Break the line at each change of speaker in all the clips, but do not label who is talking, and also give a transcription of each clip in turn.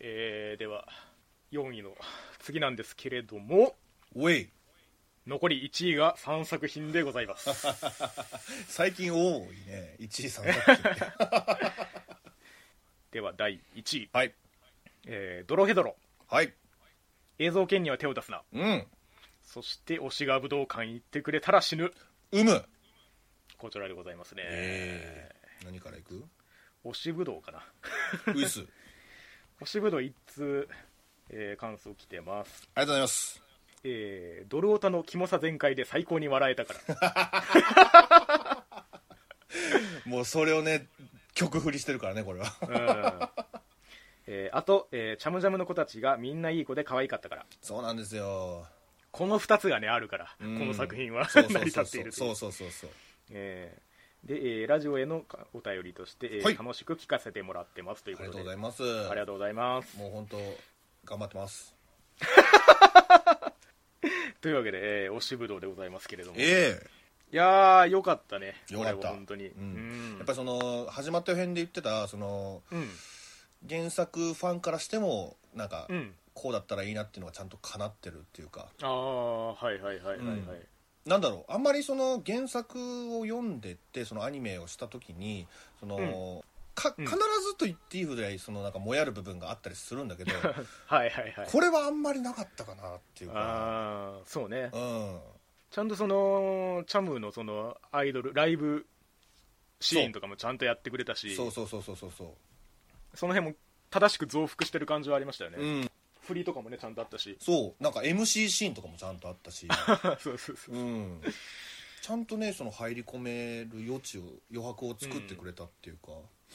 えーでは4位の次なんですけれども
おい
残り1位が3作品でございます
最近多いね1位3作品
では第1位、
はい
えードロヘドロ
はい
映像権には手を出すな
うん
そして推しが武道館行ってくれたら死ぬ
うむ
こちらでございますね、
えー、何からいく
推し武道かな
ウイス
推し武道1通、えー感想来てます
ありがとうございます
えードルオタのキモさ全開で最高に笑えたから
もうそれをね曲振りしてるからねこれは
うんえーあと、えーチャムジャムの子たちがみんないい子で可愛かったから
そうなんですよ
この2つがねあるから、
うん
この作品は
そ
成
うそうそうそ
り
う
立っているとい
そううそうそうそう
えーで、えーラジオへのかお便りとして、えー
はい
楽しく聞かせてもらってますという
あ
こ
りが
と
と
で
うございます
ありがとうございます
もう本当頑張ってます
というわけで、えー、推しぶどうでございますけれども、い
ええ
やー、よかったね、
よかった
これは本当に、
う
うん
やっぱりその始まった辺で言ってたその
うん、
原作ファンからしてもなんか
うん、
こうだったらいいなっていうのがちゃんと叶ってるっていうか
ああ、はいはいはいはいはい、
なんだろうあんまりその原作を読んでってそのアニメをした時にその、
う
か
うん
必ずと言っていいぐらいそのなんかもやる部分があったりするんだけど
はいはいはい、
これはあんまりなかったかなっていうか
ああ、そうね、
うん
ちゃんとその、チャムのそのアイドル、ライブシーンとかもちゃんとやってくれたし、
そうそうそうそうそうそ
その辺も正しく増幅してる感じはありましたよね、
ううん
振りとかもね、ちゃんとあったし、
そうなんか MC シーンとかもちゃんとあったし、
そうそうそう、
うん、ちゃんとねその入り込める余地を余白を作ってくれたっていうか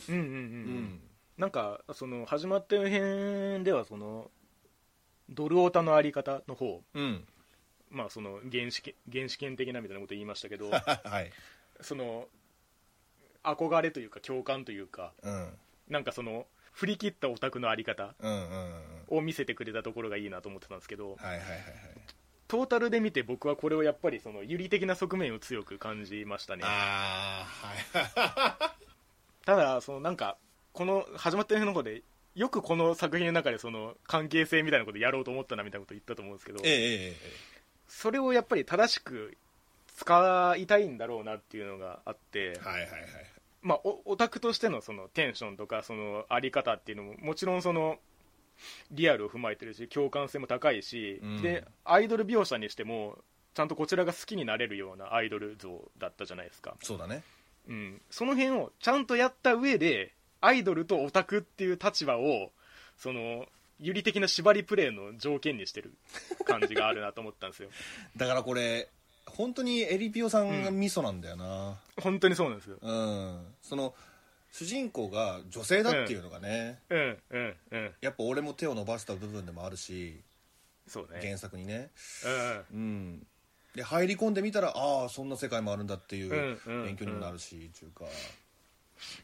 うんうんうん
う
うん
ん
なんかその始まった辺ではそのドルオタのあり方の方
うん、
まあその原始圏原始圏的なみたいなこと言いましたけど
はい、
その憧れというか共感というか
うん、
なんかその振り切ったオタクのあり方
うんうんうん
を見せてくれたところがいいなと思ってたんですけど
はいはいはいはい
トータルで見て僕はこれをやっぱりその有利的な側面を強く感じましたね
ああはい
ただそのなんかこの始まった辺の方でよくこの作品の中でその関係性みたいなことやろうと思ったなみたいなこと言ったと思うんですけど
ええええええ
それをやっぱり正しく使いたいんだろうなっていうのがあって、
はいはいはい
まあ、おオタクとしてのそのテンションとかそのあり方っていうのももちろんそのリアルを踏まえてるし共感性も高いし、
うん
でアイドル描写にしてもちゃんとこちらが好きになれるようなアイドル像だったじゃないですか、
そうだね
うん、その辺をちゃんとやった上でアイドルとオタクっていう立場をその有利的な縛りプレイの条件にしてる感じがあるなと思ったんですよ
だからこれ本当にエリピオさんがミソなんだよな
本当にそうなんですよ
うん、その主人公が女性だっていうのがね、
うんうんうん
やっぱ俺も手を伸ばした部分でもあるし
そうね
原作にね
うん
うんで入り込んでみたらああそんな世界もあるんだっていう
うんうん
勉強にもなるし、っていうか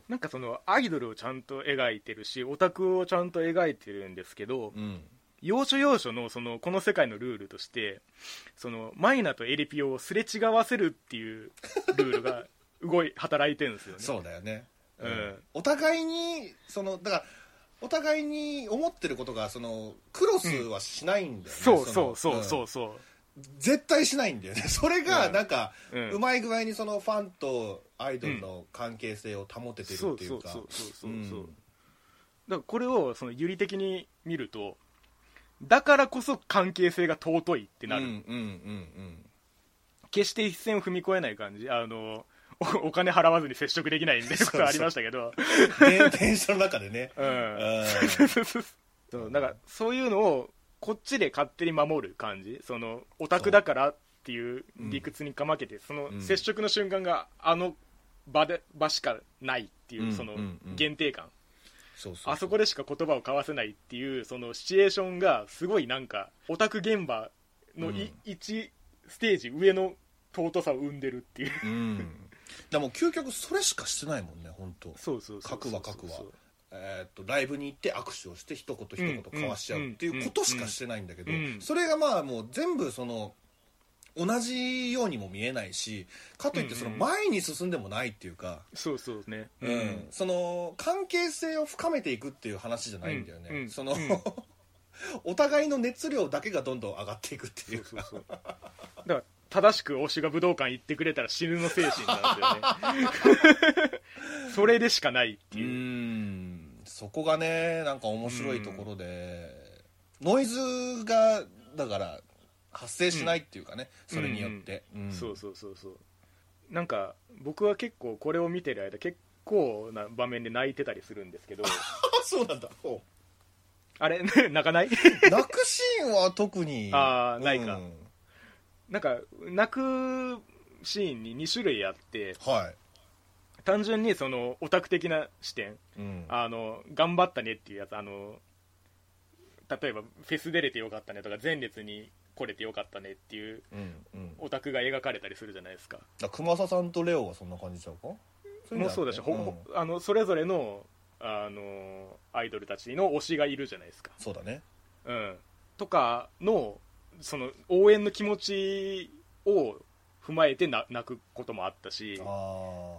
なんかそのアイドルをちゃんと描いてるしオタクをちゃんと描いてるんですけど
うん
要所要所のそのこの世界のルールとしてそのマイナとエリピオをすれ違わせるっていうルールが動い働いてるんですよ ね
そうだよね、
うん
お互いにそのだからお互いに思ってることがそのクロスはしないんだよね、
そう
の
そうそ
ん
うそうそう
絶対しないんだよねそれが
うん
なんか、
う
うんまい具合にそのファンとアイドルの関係性を保ててる
そ
っ
う
てい
そうう
か
そうそうそうそう、
う
だ
ん
からこれをその有利的に見るとだからこそ関係性が尊いってなる、
うんうんうん
決して一線を踏み越えない感じあのおお金払わずに接触できないみたいなことありましたけど
うんで電車の中でね
う
うん
んそうなんかそういうのをこっちで勝手に守る感じそのオタクだからっていう理屈にかまけて、その
うん
接触の瞬間があの場で場しかないっていううんその
うんうん
限定感、
そうそう
あそこでしか言葉を交わせないっていうそのシチュエーションがすごいなんかオタク現場のい、1ステージ上の尊さを生んでるっていう
うんでも究極それしかしてないもんね本当
そうそうそうそう
書くわ書くわえーっとライブに行って握手をして一言一言交わし合うっていうことしかしてないんだけど、
うんうん
それがまあもう全部その同じようにも見えないしかといってその
うんうん
前に進んでもないっていうか、
そうそうね
うんその関係性を深めていくっていう話じゃないんだよね、
うんうん
その、
うん
お互いの熱量だけがどんどん上がっていくって
そ
い
う
う
そうそうだから正しく推しが武道館行ってくれたら死ぬの精神なん ですよねそれでしかないって
う
いう、
んそこがねなんか面白いところで、ノイズがだから発生しないっていうかね、それによって、うん
そうそうそうそうなんか僕は結構これを見てる間結構な場面で泣いてたりするんですけど
あ そうなんだほう
あれ 泣かない
泣くシーンは特に
あーないか
うん
なんか泣くシーンに2種類あって
は
単純にそのオタク的な視点
い、うん
あの頑張ったねっていうやつあの例えばフェス出れてよかったねとか前列に来れてよかったねっていう
うんうん、だか
オタクが描かれたりするじゃないですから
熊佐さんとレオはそんな感じちゃうかい
もうそうだし、ほ
ん
ほあのそれぞれのあのアイドルたちの推しがいるじゃないですか、
そうだね
うん、とかのその応援の気持ちを踏まえてな泣くこともあったし
あ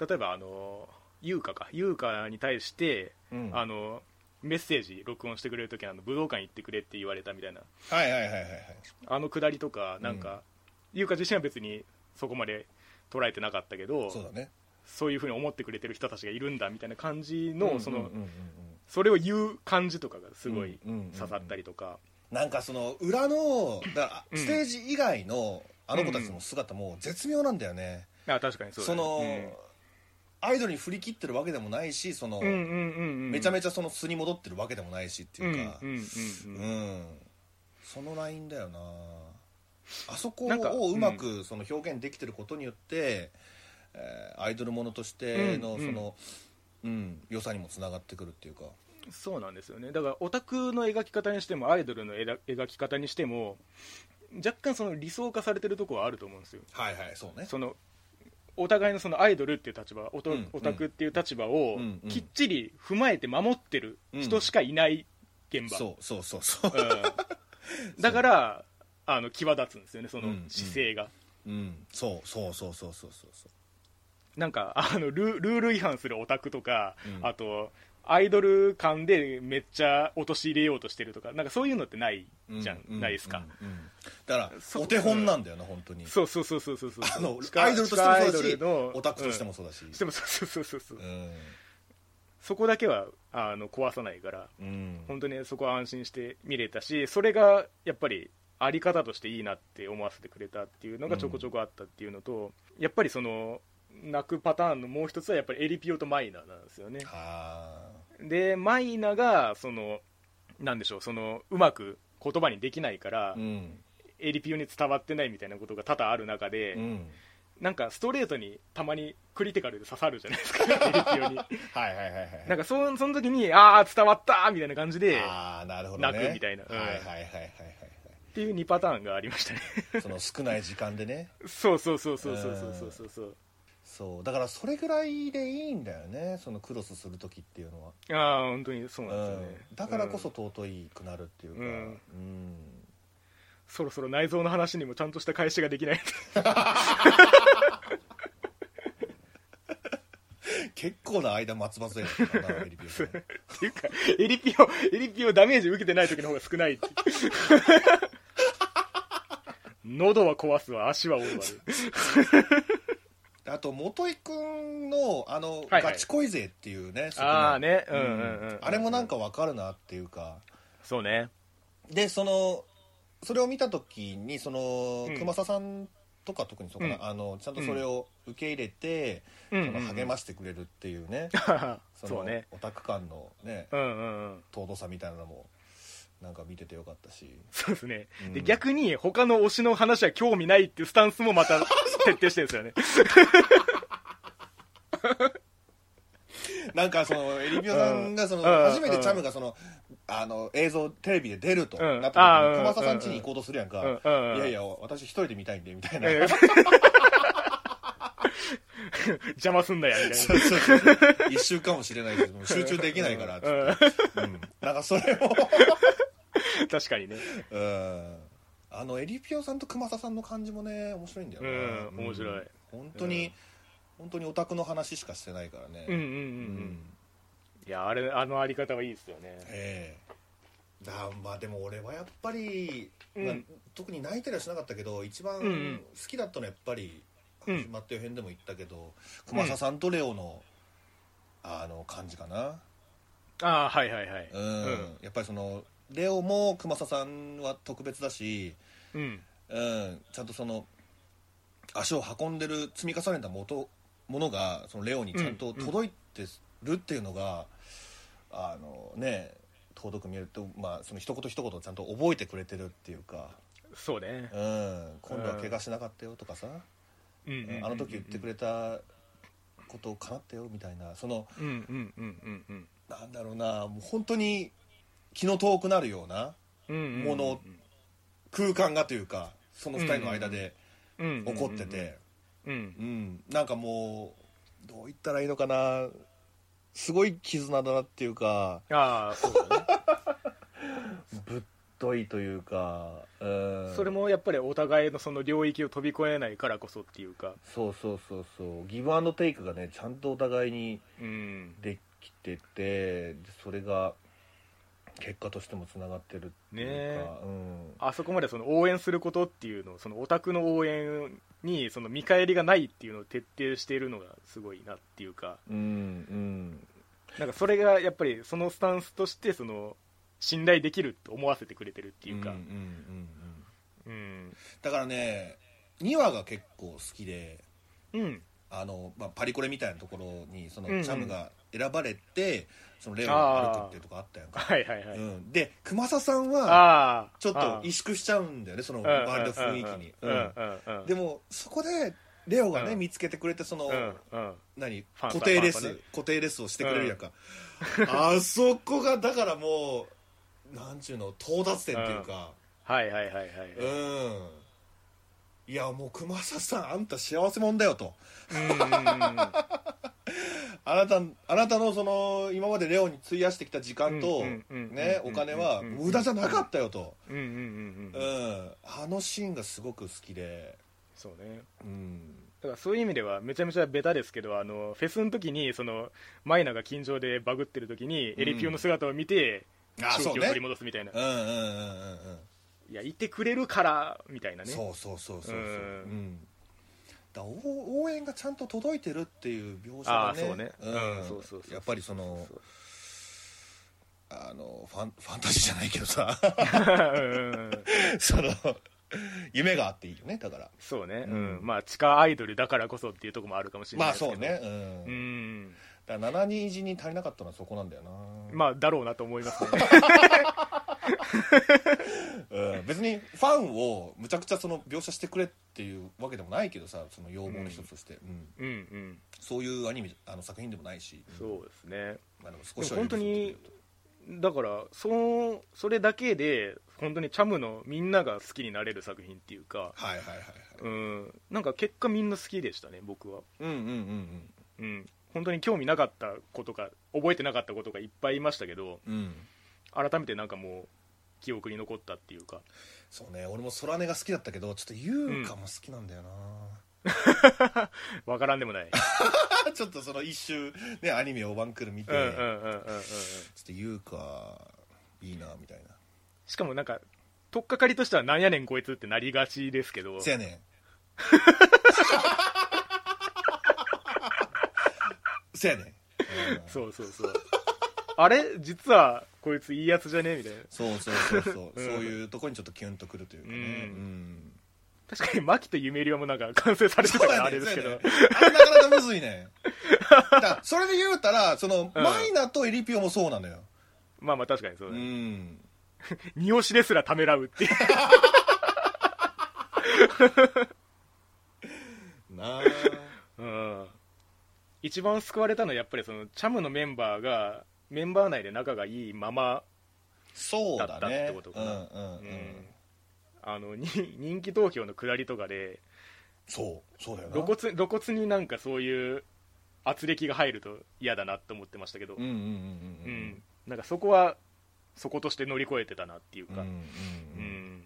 例えばあの優香か優香に対して
あ、うん、
あ
はい
のメッセージ録音してくれるときの武道館行ってくれって言われたみたいな
はいはいはいはい
あのくだりとかなんか、優香自身は別にそこまで捉えてなかったけど
そうだね
そういうふうに思ってくれてる人たちがいるんだみたいな感じ
う
の
ん
そ
うんう
の
んうん
それを言う感じとかがすごい
うんうんうんうん
刺さったりとか
なんかその裏のだから
うん
ステージ以外のあの子たちの姿も絶妙なんだよね、
あ確かにそうだ
そ
ね
の、アイドルに振り切ってるわけでもないしその、
うんうんうんうんうん
めちゃめちゃその素に戻ってるわけでもないしって
うんう
い
ん
うか、
うんうん
うんそのラインだよなあそこ
なんか
をうまくその表現できてることによって、えーアイドルものとしての
う
そ
んうん
の、うん良さにもつながってくるっていうか
そうなんですよねだからオタクの描き方にしてもアイドルの描描き方にしても若干その理想化されてるとこはあると思うんですよ
はいはいそうね
そのお互いのそのアイドルっていう立場オタ,、
うん
オタクっていう立場を
うんうん
きっちり踏まえて守ってる人しかいない現場、
そうそうそうそう
うんだからあの際立つんですよねその
うん
姿勢が、
うんそうそうそうそうそうそうそう
なんか あのルルール違反するオタクとか、
うん
あとアイドル間でめっちゃ陥れようとしてるとかなんかそういうのってないじゃん、
うん
ないですか、
うんうんだから
そ
お手本なんだよな本当に
そうそうそうそうそうそう
あの
地下
アイドルとしても
地下アイド
そうだし
ルの
オタクとしても
うん
そうだし
してもそうそうそうそう、う
うん
そこだけはあの壊さないから
うん
本当にそこは安心して見れたしそれがやっぱりあり方としていいなって思わせてくれたっていうのがちょこちょこあったっていうのと、やっぱりその泣くパターンのもう一つはやっぱりエリピオとマイナなんですよね
は
でマイナがそのなんでしょうそのうまく言葉にできないから、
あうん
エリピオに伝わってないみたいなことが多々ある中で、
うん
なんかストレートにたまにクリティカルで刺さるじゃないですか エリピオに
はいはいはいはい
なんかそその時にああ伝わったみたいな感じでっ
ああなるほどね
泣くみたいなうん
はいはいはいはいはい
ていう2パターンがありましたね
はいその少ない時間でね
そうそうそうそうそうそうそうそうそう
そうだからそれぐらいでいいんだよねそのクロスする時っていうのは、
ああ本当にそう
う
なんですよね、
ん、だからこそ尊いくなるっていうか
う
うんん、
うんそろそろ内臓の話にもちゃんとした返しができない
結構な間松葉杖だったなエリピオ ね
っていうかエリピオエリピオダメージ受けてない時の方が少ないって喉は壊すわ足は折るわで
あと元井君のあの、
はいはい
ガチ恋勢っていうね側面
ああねうんうんうん、
あれもなんかわかるなっていうか
そうね
でそのそれを見た時にその、
うん
熊佐さんとか特にそうかな、
うん
あのちゃんとそれを受け入れて、その励ましてくれるっていうね、
す
の
そうね
オタク感のね
うんうんうん
尊さみたいなのもなんか見ててよかったし
そうですね、
うん
で逆に他の推しの話は興味ないっていうスタンスも また徹底してるんですよね
なんかそのエリビオさんがその
うん
初めてチャムがそのあの映像テレビで出ると
うん
なった
あ
時
ー
に熊佐さん家に行こうとするやんか
うんうんうん
いやいや私一人で見たいんでみたいな
ええ 邪魔すんなやみたい
そうそうそう一週間もしれないけども集中できないからっつって
うん
うんなんかそれ
な
を
確かにね
うんあのエリピオさんと熊佐さんの感じもね面白いんだよね、
うん面白い
本当に、
うん
本当にオタクの話しかしてないからね
うんうんうん
う
うんいやあれあのあり方はいいですよね
ええだまあでも俺はやっぱり、
うん
まあ特に泣いたりはしなかったけど一番
うんうん
好きだったのはやっぱり「
うん
始まったよ編」でも言ったけど、熊佐さんとレオのあの感じかな
ああはいはいはい
うん、
うん
やっぱりそのレオも熊佐さんは特別だし、
うん
うん、ちゃんとその足を運んでる積み重ねたもとものがそのレオにちゃんと届いてるっていうのが、あのね尊く見えると、まあ、その一言一言をちゃんと覚えてくれてるっていうか、
そうね
う、ん、今度は怪我しなかったよとかさ、
うんうんうんうん、
あの時言ってくれたことかなったよみたいなその
うんうんうんうんうん
なんだろうなもう本当に気の遠くなるような
うん
もの空間がというかその二人の間で起
起
こってて。
うん
うん、なんかもうどう言ったらいいのかなすごい絆だなっていうか
ああそうだね
ぶっといというか、うん、
それもやっぱりお互いのその領域を飛び越えないからこそっていうか
そうそうそうそうギブアンドテイクがねちゃんとお互いに
うん
できててでそれが結果としてもつながってるっていう
ね
か、
あそこまでその応援することっていうのをそのオタクの応援にその見返りがないっていうのを徹底しているのがすごいなっていうか
うんうん
なんかそれがやっぱりそのスタンスとしてその信頼できると思わせてくれてるって
うん
いうか
んんう
う
ん
ん
だからね2話が結構好きで
うん
あのまあ、パリコレみたいなところにその
うんうん
チャムが選ばれて、そのレオが歩くっていうとこあったやんか、
はいはいはい、
うん、で熊佐さんは
ああ
ちょっと
ああ
萎縮しちゃうんだよねその周りの雰囲気に、
うんうんうんうん
でもそこでレオがね、
うん
見つけてくれてその、
うんうん
何
ファン
固定レ
ファン
ス
ファン
固定レスをしてくれるやんか、あそこがだからもうなんちゅうの到達点っていうか
はいはいはいはいはい
うん、いやもう熊佐さんあんた幸せ者だよと
うんうん
あなた、あなたのその、今までレオに費やしてきた時間
う
と
んうんう、ん
ね、
うん
お金は
うん
無駄じゃなかったよと。
うんうんうん
う
うん
ん。あのシーンがすごく好きで。
そうね
うん。
だからそういう意味ではめちゃめちゃベタですけどあのフェスの時にそのマイナが近所でバグってる時に
ん
エリピオの姿を見て
あ
正
そう
気を
ね
取り。戻すみたいな、
うんうんうんうんうん。
いやいてくれるからみたいなね
そうそうそうそうそう。う
うん
ん。だ応応援がちゃんと届いてるっていう描写がね。
あそうねうんそうそうそう
やっぱりその
そう、
あの、ファン、ファンタジーじゃないけどさ、
うんうんうん
その、夢があっていいよね、だから。
そうね、
う
うんんまあ地下アイドルだからこそっていうところもあるかもしれない
まあ
ですけど
そうね。うん
うん
だから7人いじに足りなかったのはそこなんだよな、
まあだろうなと思いますね
うん別にファンをむちゃくちゃその描写してくれっていうわけでもないけどさその要望の一つとして、うん
うんうん
そういうアニメあの作品でもないし、
そうですね
まあ、でも少し
でも
は許
本当に
すことで
だからそのそれだけで本当にチャムのみんなが好きになれる作品っていうか
言うとはいはいはいはい
うんなんか結果みんな好きでしたね僕は
うんうんう
う
ん
ん本当に興味なかったことか覚えてなかったことがいっぱいいましたけど
うんうん
改めてなんかもう記憶に残ったっていうか
そうね俺も空音が好きだったけどちょっと優香も好きなんだよな、
わからんでも ない
ちょっとその一周ねアニメをワンクール見て、
うんうんうんうん
ちょっ
うんうん
と優香いいなみたいな
しかもなんか取っかかりとしてはなんやねんこいつってなりがちですけど
せ やねん。せやねん。うん
そうそうそうあれ実はこいついいやつじゃねみたいな
そうそうそうそう。
うん
そういうとこにちょっとキュンとくるというかね。
うん
うん。
確かにマキとユメリアもなんか完成されてた
そう
からあ
やねん
れですけ
そう
ど
やねんあれなかなかむずいねん。だからそれで言うたら、その、
うん
マイナとエリピオもそうなのよ。
まあまあ確かにそう
う
だね
ん。
二押しですらためらうっていう
な
う
あ。
ん一番救われたのはやっぱりそのチャムのメンバーがメンバー内で仲がいいまま
そう
だ
だ
ったっ
ね。
てことかな
うんうんうん。
あのに人気投票の下りとかで
そう、そうだよな。
露骨露骨になんかそういう圧力が入ると嫌だなと思ってましたけど、
うんうん
う
うんうん
んなんかそこはそことして乗り越えてたなっていう
うん。う
か、
んうん
うん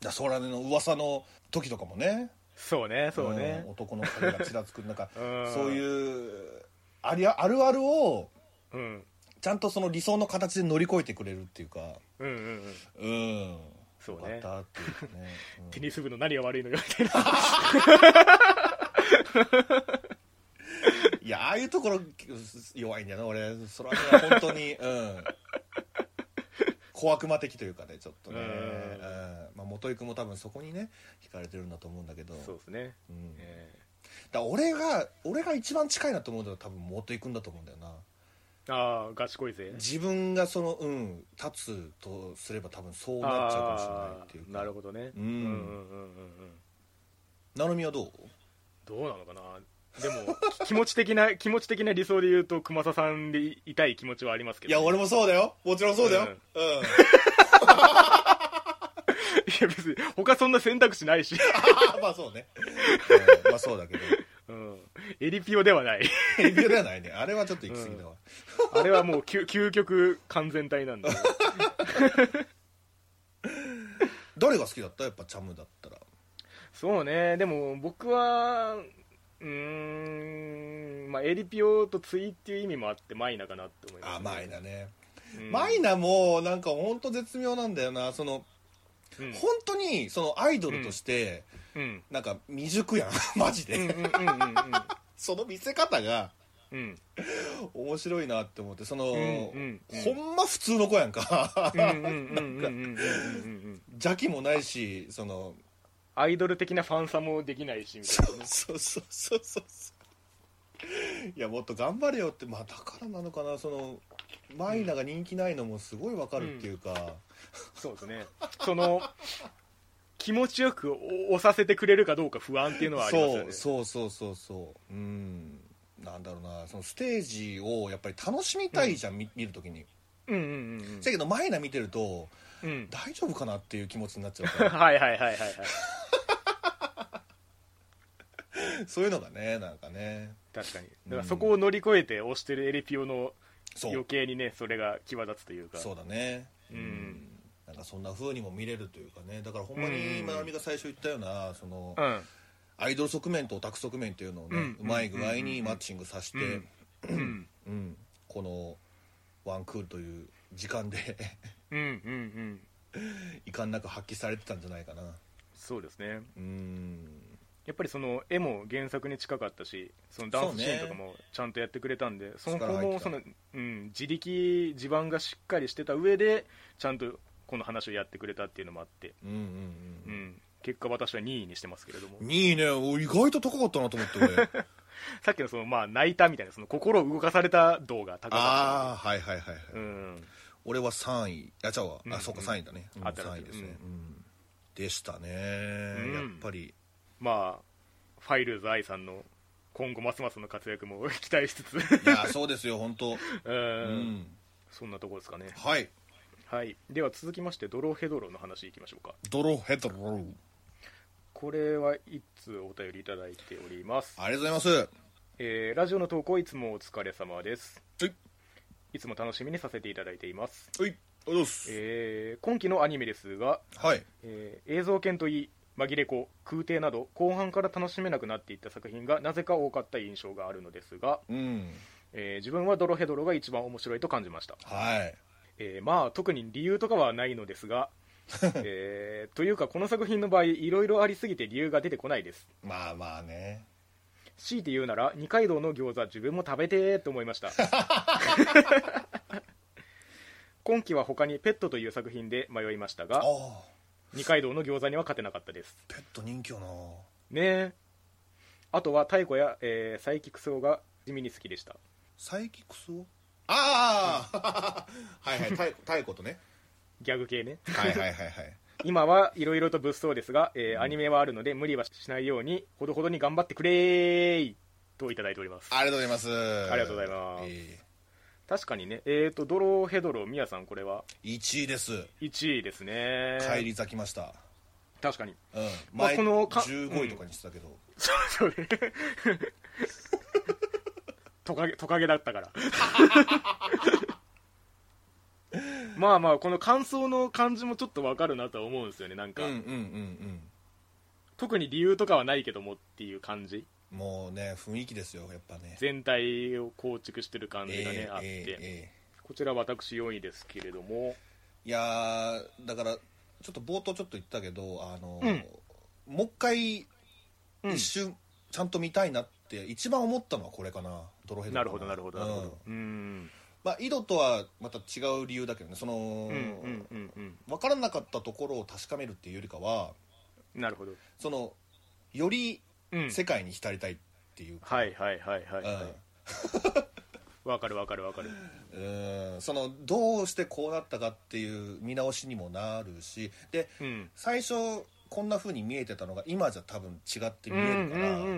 だソーラネの噂の時とかもね
そうねそうね
ん男の影がちらつくなんか
うん
そういうありゃあるあるを
うん
ちゃんとその理想の形で乗り越えてくれるっていうか
うんうんうん
うん
そう
よかっ
ね
たっていう かね、うん
テニス部の何が悪いのよみたい
いやああいうところ弱いんだよな俺それはね本 当にうん小悪魔的というかねちょっとね、
うん
うんまあ、元井君も多分そこにね惹かれてるんだと思うんだけど
なそうですね、
うん、だか
え
ら俺が俺が一番近いなと思うのは多分元井君だと思うんだよな
ーああガチ恋勢
自分がそのうん立つとすれば多分そうなっちゃうかもしれないっていう
あ
か
ーなるほどね
うん
うんうんうんうんうん
なるみはどう
どうなのかなでもき気持ち的な気 持ち的な理想で言うと熊佐さんでいいたい気持ちはありますけ
い
ど
や
ね、
俺もそうだよもちろんそうだよ、
うん
うん
いや別に他そんな選択肢ないし、
まあそ うね、うんまあそうだけど
うん、エリピオではない
エビではないねあれはちょっと行き過ぎだわ、
あれはもう究 究極完全体なんで
誰が好きだったやっぱチャムだったら
そうねでも僕はうーんまあエリピオと対っていう意味もあってマイナかなって思います、
あマイナね、
うん
マイナもなんか本当絶妙なんだよなその
うん
本当にそのアイドルとして
うん
なんか未 熟やんマジで、
うんうんうんうん
その見せ方が
うん
面白いなって思ってその、
うんうんうん
ほんま普通の子やんか
うんうんうんうんうんうんうんうん
邪気もないしその
アイドル的なファンさもできないしみたいなね
そうそうそうそうそういやもっと頑張れよってまあだからなのかなそのマイナが人気ないのもすごいわかるっていうか、
そうですねその気持ちよく押させてくれるかどうか不安っていうのはありますよね
そうそうそうそうそううんなんだろうなそのステージをやっぱり楽しみたいじゃん、み見るときに
うんうんうん
だけどマイナ見てると
うんうん
大丈夫かなっていう気持ちになっちゃうから
はいはいはいはいはい
そういうのがねなんかね
確かにだからそこを乗り越えて押してるエリピオの
そ
余
う
計にねそれが際立つというか
そうだね
うん
なんかそんな風にも見れるというかねだからほんまに
うん
今並みが最初言ったようなその
うん
アイドル側面とオタク側面っていうのをね、
う
うんまい具合にマッチングさせて、
うんうん
うんこのワンクールという時間で
うんうんうん
遺憾なく発揮されてたんじゃないかな
そうですね
うん
やっぱりその絵も原作に近かったしそのダンスシーンとかもちゃんとやってくれたんでそ,、の
力
子
入っ
も
てた
その、うん、自力地盤がしっかりしてた上でちゃんとこの話をやってくれたっていうのもあって、
うんうん
う
うん
ん、結果私は2位にしてますけれども
2位ねお意外と高かったなと思って 俺
さっきのその、まあ、泣いたみたいなその心を動かされた動画高か
ああはいはいはい
っ
はい、
た、うん、
俺は3位あちゃうわ、
うん
あそうか3位だね、うん、
合ってる
3位ですね、
う
うんでしたね、
うん
やっぱり
まあファイルーズ愛さんの今後ますますの活躍も期待しつつ、
いやそうですよ本当
うん
うん
そんなところですかね、
はい
はい、では続きましてドローヘドローの話いきましょうか
ドロヘドロ
これはいつお便りいただいております、
ありがとうございます
えーラジオの投稿いつもお疲れ様です
はい
いつも楽しみにさせていただいています、
はいありがとうございます、
えー今期のアニメですが、
はい
えー映像犬といい紛れ子空挺など後半から楽しめなくなっていった作品がなぜか多かった印象があるのですが、
うん
えー自分はドロヘドロが一番面白いと感じました、
はい
えーまあ特に理由とかはないのです が、えーというかこの作品の場合いろいろありすぎて理由が出てこないです
まあまあね
強いて言うなら二階堂の餃子自分も食べてーと思いました 今期は他に「ペット」という作品で迷いました
あ
が
あ
二階堂の餃子には勝てなかったです
ペット人気よな
ねえあとは太古や、えー、サイキクソウが地味に好きでした
サイキクスをああ、 はいはい太太鼓とね
ギャグ系ね
はいはいはいはい
今はいろいろと物騒ですが、えーアニメはあるので無理はしないようにほどほどに頑張ってくれーいといただいております
ありがとうございますあ
りがとうございます
え
確かにねえー、とドローヘドローミヤさんこれは
え1位です
1位ですね
帰り咲きました、
確かに
うん、
まあ
前、
このか
15位とかにしてたけど、
そうね トカゲトカゲだったからまあまあこの感想の感じもちょっとわかるなとは思うんですよねなん
うん
か、
うんうん
特に理由とかはないけどもっていう感じ
うんもうね雰囲気ですよやっぱね
全体を構築してる感じがね、
ええ
あって、
ええええ
こちら私4位ですけれども
いやーだからちょっと冒頭ちょっと言ったけどあの、
うん
もう一回
うん
一瞬ちゃんと見たいなって一番思ったのはこれかなドロヘドか
なるほどなるほどなるほ
うん
どうん
まあ井戸とはまた違う理由だけどねその、
うんうんうんうん
分からなかったところを確かめるっていうよりかは
なるほど
そのより
うん
世界に浸りたいっていうか、
はいはいはいはい
うん
はいわかるわかるわかる
うんそのどうしてこうなったかっていう見直しにもなるしで
うん
最初こんな風に見えてたのが今じゃ多分違って
う
見
んう
え
ん
る
う
か
ん
ら、
うんうんうん
う
うん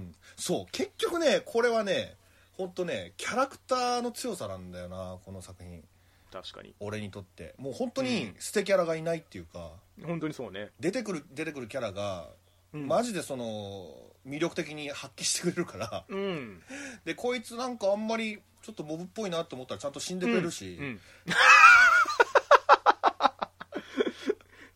んそう結局ねこれはね本当ねキャラクターの強さなんだよなこの作品
確かに
俺にとってもう本当
う
に
ん
捨てキャラがいないっていうか、
本当にそうね
出てくる出てくるキャラが、
うん
マジでその魅力的に発揮してくれ るから
うん
でこいつなんかあんまりちょっとモブっぽいなと思ったらちゃんと死んでくれるし、
うんうん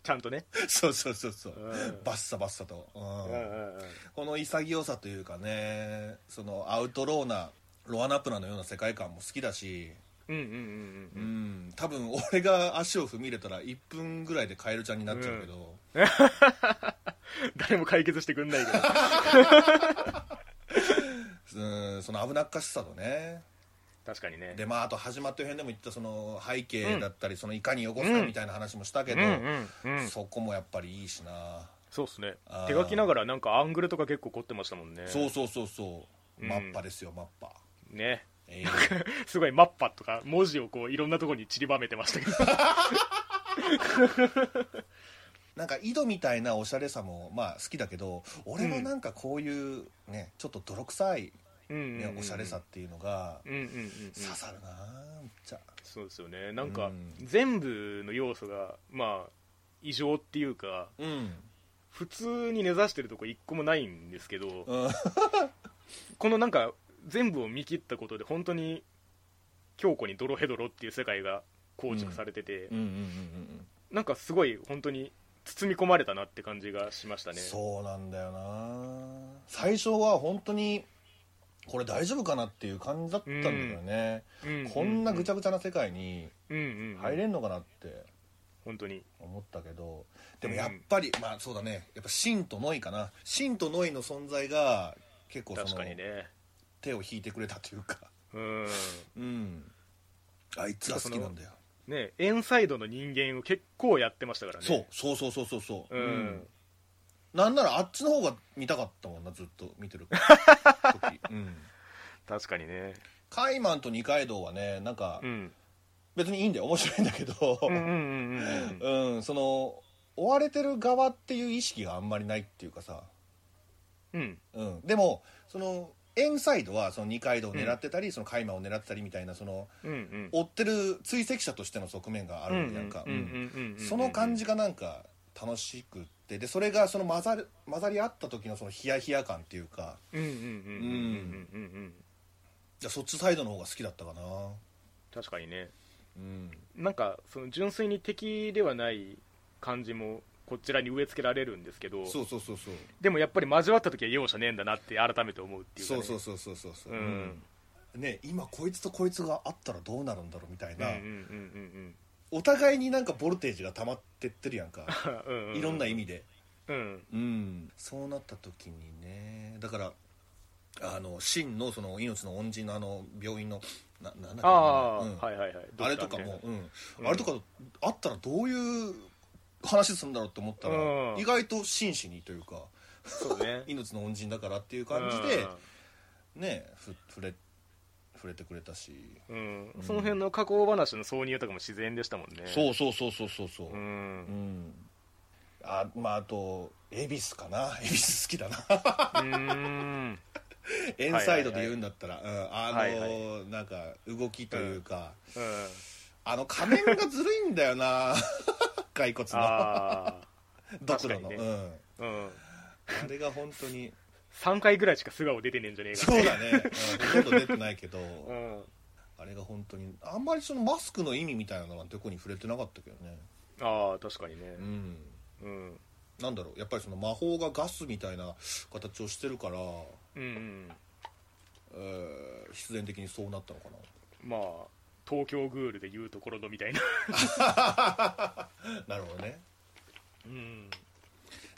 ちゃんとね
そうそうそうそう、
うん
バッサバッサと、うん
うんうんうん
この潔さというかねそのアウトローなロアナプラのような世界観も好きだし、
うんうん
う
うんん
多分俺が足を踏み入れたら1分ぐらいでカエルちゃんになっちゃうけど、
うん誰も解決してくんないけど
うんその危なっかしさとね
確かにね
でまああと始まってる辺でも言ったその背景だったり、そのいかに汚すかみたいな話もしたけ
うん
ど、
うんうん
そこもやっぱりいいしな、
そうっすね
あー
手書きながらなんかアングルとか結構凝ってましたもんね
そうそうそうそう、
うん
マッパですよマッパ
ね
え ー
すごいマッパとか文字をこういろんなところに散りばめてましたけど
なんか井戸みたいなおしゃれさもまあ好きだけど俺はなんかこういうねちょっと泥臭い、
うんうん
ね
うん
おしゃれさっていうのが
うんうんうんうん
刺さるなめっちゃ
そうですよねなんか
うん
全部の要素がまあ異常っていうか
うん
普通に根ざしてるとこ一個もないんですけど
うん
このなんか全部を見切ったことで本当に強固にドロヘドロっていう世界が構築されてて、
うんうんうんうん
なんかすごい本当に包み込まれたなって感じがしましたね
そうなんだよな最初は本当にこれ大丈夫かなっていう感じだったんだけどね、
ううう
こんなぐちゃぐちゃな世界に
うんうん、
入れんのかなって
本当に
思ったけどでもやっぱり、まあそうだねやっぱシンとノイかなシンとノイの存在が結構そ
確
の
かにね
手を引いてくれたというか
うん
うんあいつは好きなんだよ
ねエンサイドの人間を結構やってましたからね
そうそうそうそうそうそう、
うん
なんならあっちの方が見たかったもんなずっと見てる時、うん、
確かにね
カイマンと二階堂はねなんか
うん
別にいいんだよ面白いんだけど
うんうんうんうんうん
うん、その追われてる側っていう意識があんまりないっていうかさ、
うん
うん、でもそのエンサイドはその二階堂を狙ってたり、そのカイマンを狙ってたりみたいなその
うんうん
追ってる追跡者としての側面があるんでなんか、
うんうんうんうんうん
その感じがなんか楽しくってでそれがその混ざる混ざり合った時のそのヒヤヒヤ感っていうか
うんうんうんうんうんうんうん
じゃあそっちサイドの方が好きだったかな
確かにね
うん
なんかその純粋に敵ではない感じもこちらに植え付けられるんですけど
そうそうそうそう
でもやっぱり交わった時は容赦ねえんだなって改めて思うっていうか、
そ
ね、
うそうそうそうそうそう
うん
ね今こいつとこいつがあったらどうなるんだろうみたい
うん
な、
うんうん
お互いになんかボルテージが溜まってってるやんか
うんうんうん
いろんな意味で
うん
うんそうなった時にねだからあの真のその命の恩人のあの病院のななんだっけ
ああ、
うん
はいはいはい
あれとかも、うん
うん
あれとかあったらどういう話するんだろうって思ったら、
うん
意外と真摯にというか
そうね
命の恩人だからっていう感じで、ねふ触れ触れてくれたし、
うん、うん
うん
その辺の加工話の挿入とかも自然でしたもんね
そうそうそうそうそうそう
う
うん、
ん、
あまああと恵比寿かな 恵比寿好きだな
うん、
エンサイドで言うんだったら、
はい
うんあ
は
の、
い
なんか動きというか、
うん、
あの仮面がずるいんだ よな骸骨の
あ
ドクロ
確
の、
かに
う
ね
ん
あ、うん、
あれが本当に
3回ぐらいしか素顔出てねえんじゃねえか
そうだね、うんほとんど出てないけど、
うん、
ああれが本当にあんまりそのマスクの意味みたいなのなんてこに触れてなかったけどね
ああ確かにね
うん
うん、うん
なんだろうやっぱりその魔法がガスみたいな形をしてるから、
うん、
えー必然的にそうなったのかな
まあ東京グールで言うところのみたいな
なるほどね
うん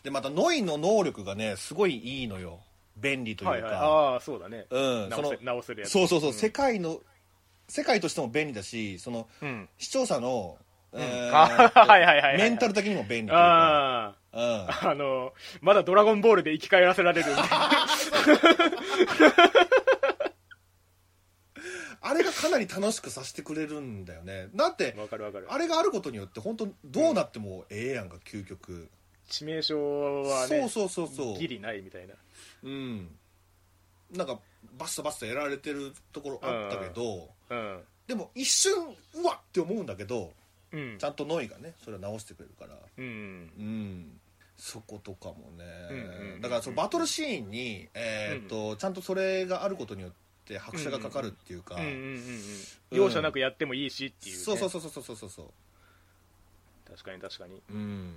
でまたノイの能力がねすごいいいのよ便利というか、
はいはいああそうだね
うんそ
直
の
せ直せるやつ
そうそうそう、
ん
世界の世界としても便利だしその
うん
視聴者の、えー
あはいはいはいはい
メンタル的にも便利というか
あ
うん
ああのまだ「ドラゴンボール」で生き返らせられ る
あれがかなり楽しくさせてくれるんだよねだって
わかるわかる
あれがあることによって本当どうなってもええやんか究極、
致命傷は
そ
ね
うそうそうそう
ギリないみたいな
うんなんかバッサバッサやられてるところあったけど、
うん
でも一瞬うわっって思うんだけど
うん
ちゃんとノイがねそれを直してくれるから
うん
うんそことかもね、
うんうんうん
だからそのバトルシーンに、えーっとちゃんとそれがあることによって拍車がかかるっていうか、
うんうんうんうん容赦なくやってもいいしっていうね
そうそうそうそうそうそうそう
確かに確かに
うん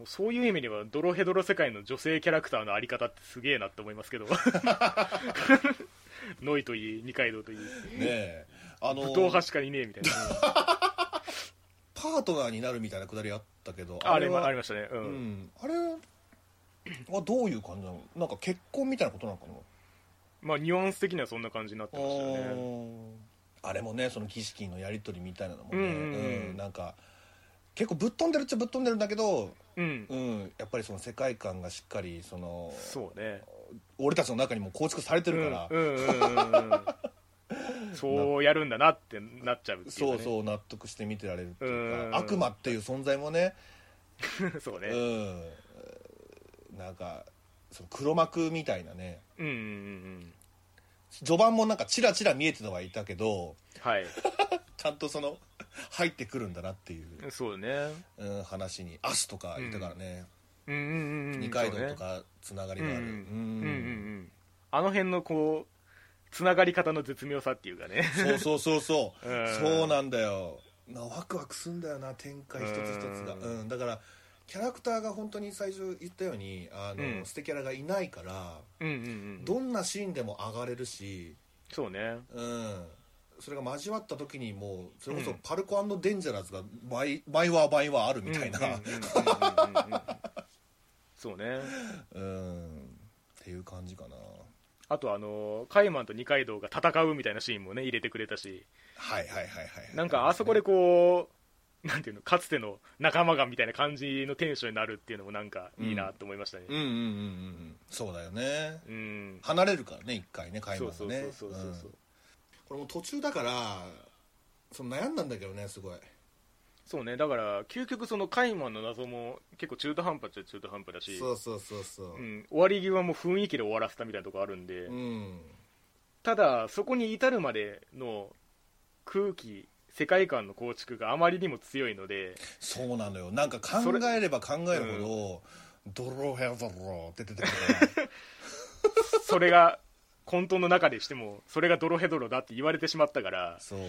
もうそういう意味ではドロヘドロ世界の女性キャラクターのあり方ってすげえなって思いますけ どノイといい二階堂といい
ねえあ
武
の
闘派しかいねえみたいな
パートナーになるみたいなくだ りあったけど
あれも
は
ありましたねう、
うんん、あれはどういう感じなのなんか結婚みたいなことなのかな
まあニュアンス的にはそんな感じになってましたね
あれもねその儀式のやり取りみたいなのもね、
うんうんうん
なんか結構ぶっ飛んでるっちゃぶっ飛んでるんだけど、
うん
うん、やっぱりその世界観がしっかりその
そうね
俺たちの中にも構築されてるから、
うんうんうんうんうんそうやるんだなってなっちゃうっていうか
そ
ね、
うそう納得して見てられるっていうか、
うん
悪魔っていう存在もね、
う そう
う
ね
ん、なんかその黒幕みたいなね
うんうんうん
序盤もなんかチラチラ見えてはいたけど
はい
ちゃんとその 入ってくるんだなっていう、
そうね
うん、話に「アス」とか言ったからね、
うんうんうんうん
二階堂
そう
と
ね
かつながりがある、
うんうんうんう
うん
んあの辺のこうつながり方の絶妙さっていうかね
そうそうそうそ う、
うん
そうなんだよなワクワクすんだよな展開一つ一つが、
う
うんだからキャラクターが本当に最初言ったようにあの、
うん
捨てキャラがいないから、
うんうんうん
どんなシーンでも上がれるし、
そうね
うん、それが交わった時にもうそれこ
う
そ
ん
「パルコデンジャラーズ」が倍倍は倍はあるみたいな、
うんうんうんうんうんうんそうね
うんっていう感じかな
あとあのカイマンと二階堂が戦うみたいなシーンもね入れてくれたし
はいはいはいはい
なんかあそこでこうなんていうのかつての仲間がみたいな感じのテンションになるっていうのもなんかいいなと思いましたね
うんうんうんうんうんそうだよね
うん、
離れるからね一回ね買い
そ
物
う
ね
そうそうそうそう
うんこれもう途中だからその悩んだんだけどねすごい
そうねだから究極そのカイマンの謎も結構中途半端っちゃ中途半端だし、
そうそうそうそううん
終わり際も雰囲気で終わらせたみたいなとこあるんで、
うん
ただそこに至るまでの空気世界観の構築があまりにも強いので
そうなのよなんか考えれば考えるほどドロヘドロって出てくるから
それが混沌の中でしてもそれがドロヘドロだって言われてしまったから、
そう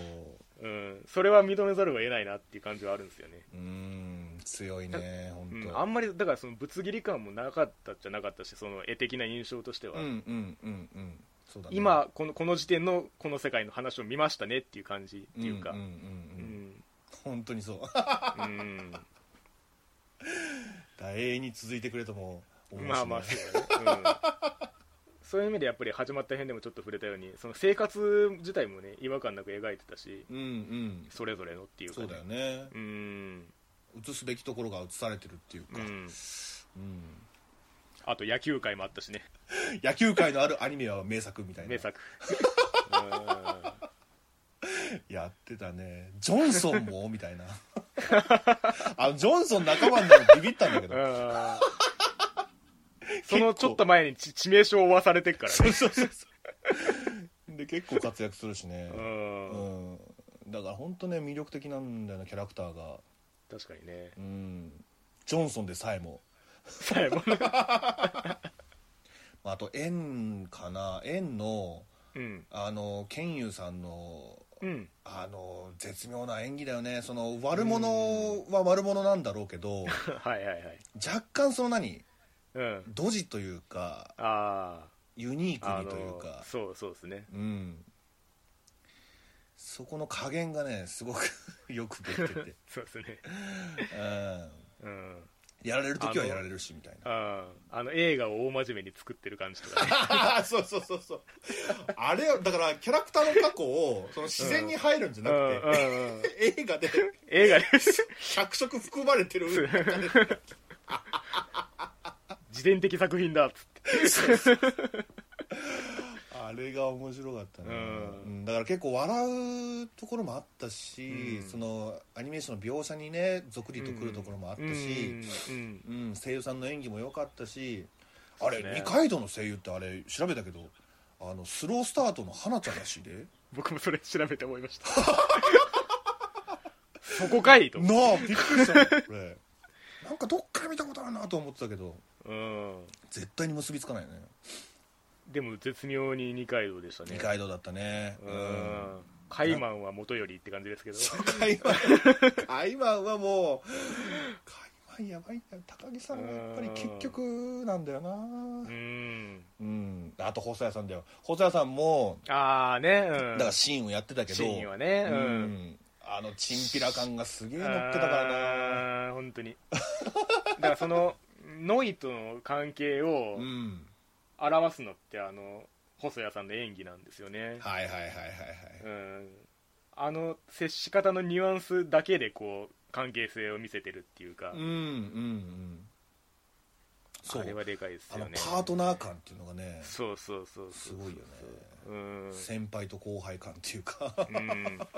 うん、それは認めざるを得ないなっていう感じはあるんですよね、
うん強いね本
う
当、ほん
ん、
と
あんまりだからそのぶつ切り感もなかったじゃなかったしその絵的な印象としては、
うんうんうんうんそうだね
今このこの時点のこの世界の話を見ましたねっていう感じっていうか
うんうん
う
うんうん
ん
本当にそう
うん
永遠に続いてくれとも思うしね
まあまあそうだね、うん、そういう意味でやっぱり始まった辺でもちょっと触れたようにその生活自体もね違和感なく描いてたし
うんうん
それぞれのっていうか、
そうだよね
うん
映すべきところが映されてるっていうか
う、ん
うん
あと野球界もあったしね
野球界のあるアニメは名作みたいな
名 作
やってたねジョンソンもみたいな あのジョンソン仲間になるのビビったんだけ
う
ど
んうんそのちょっと前にち致命傷を負わされてるからね
そうそうそうで結構活躍するしね
う
うんん、だから本当ね魅力的なんだよなキャラクターが
確かにね
うんジョンソンでさえも、
最後の
まあ、あと円かな円の
うん
あのケンユーさんの
うん
あの絶妙な演技だよねその悪者は悪者なんだろうけ
は
ど
いはいはい
若干その何
うん
ドジというか
あ
ユニ
あ
ー
あ
クにという
の
か
そうそうですね
うんそこの加減がねすごく よくできてて、
そうですね
う
う
ん、
ん
やられる時はやられるしみたいな
ああの映画を大真面目に作ってる感じとかね
そうそうそうそうあれよだからキャラクターの過去をその自然に入るんじゃ
う
なくて、
んうんうん
映画で
映画で
百色含まれてる
自伝的作品だっつって
あれが面白かったね、
う
うんだから結構笑うところもあったし、
うん
そのアニメーションの描写にねぞくりとくるところもあったし、
うんうん
うん声優さんの演技も良かったしあれ、
そうですね
二階堂の声優ってあれ調べたけどあのスロースタートの花ちゃんらしいで
僕もそれ調べて思いま したそこかいと
なあびっくりしたのこれなんかどっから見たことあるなと思ってたけど
うん
絶対に結びつかないよね
でも絶妙に二階堂でしたね
二階堂だったね
う、んカイマンは元よりって感じですけど
そうカイマンカイマンはもうカイマンやばいんだよ高木さんはやっぱり結局なんだよな
うーん
うんあと細谷さんだよ細谷さんも
ああねうん
だからシーンをやってたけど
シーンはね
う
うん
んあのチンピラ感がすげえ乗ってたからな
あー本当に だからそのノイとの関係を
うん
表すのってあの細谷さんの演技なんですよね、
はいはいはいはい
うん、あの接し方のニュアンスだけでこう関係性を見せてるっていうか、
はいうんうんうんそ
あれ
う
はでかいです
あ
よ
の
ね
パートナー感っていうのがね
そうそうそう
す
そう
ごいよね
うん
先輩と後輩感っていうか
うんだか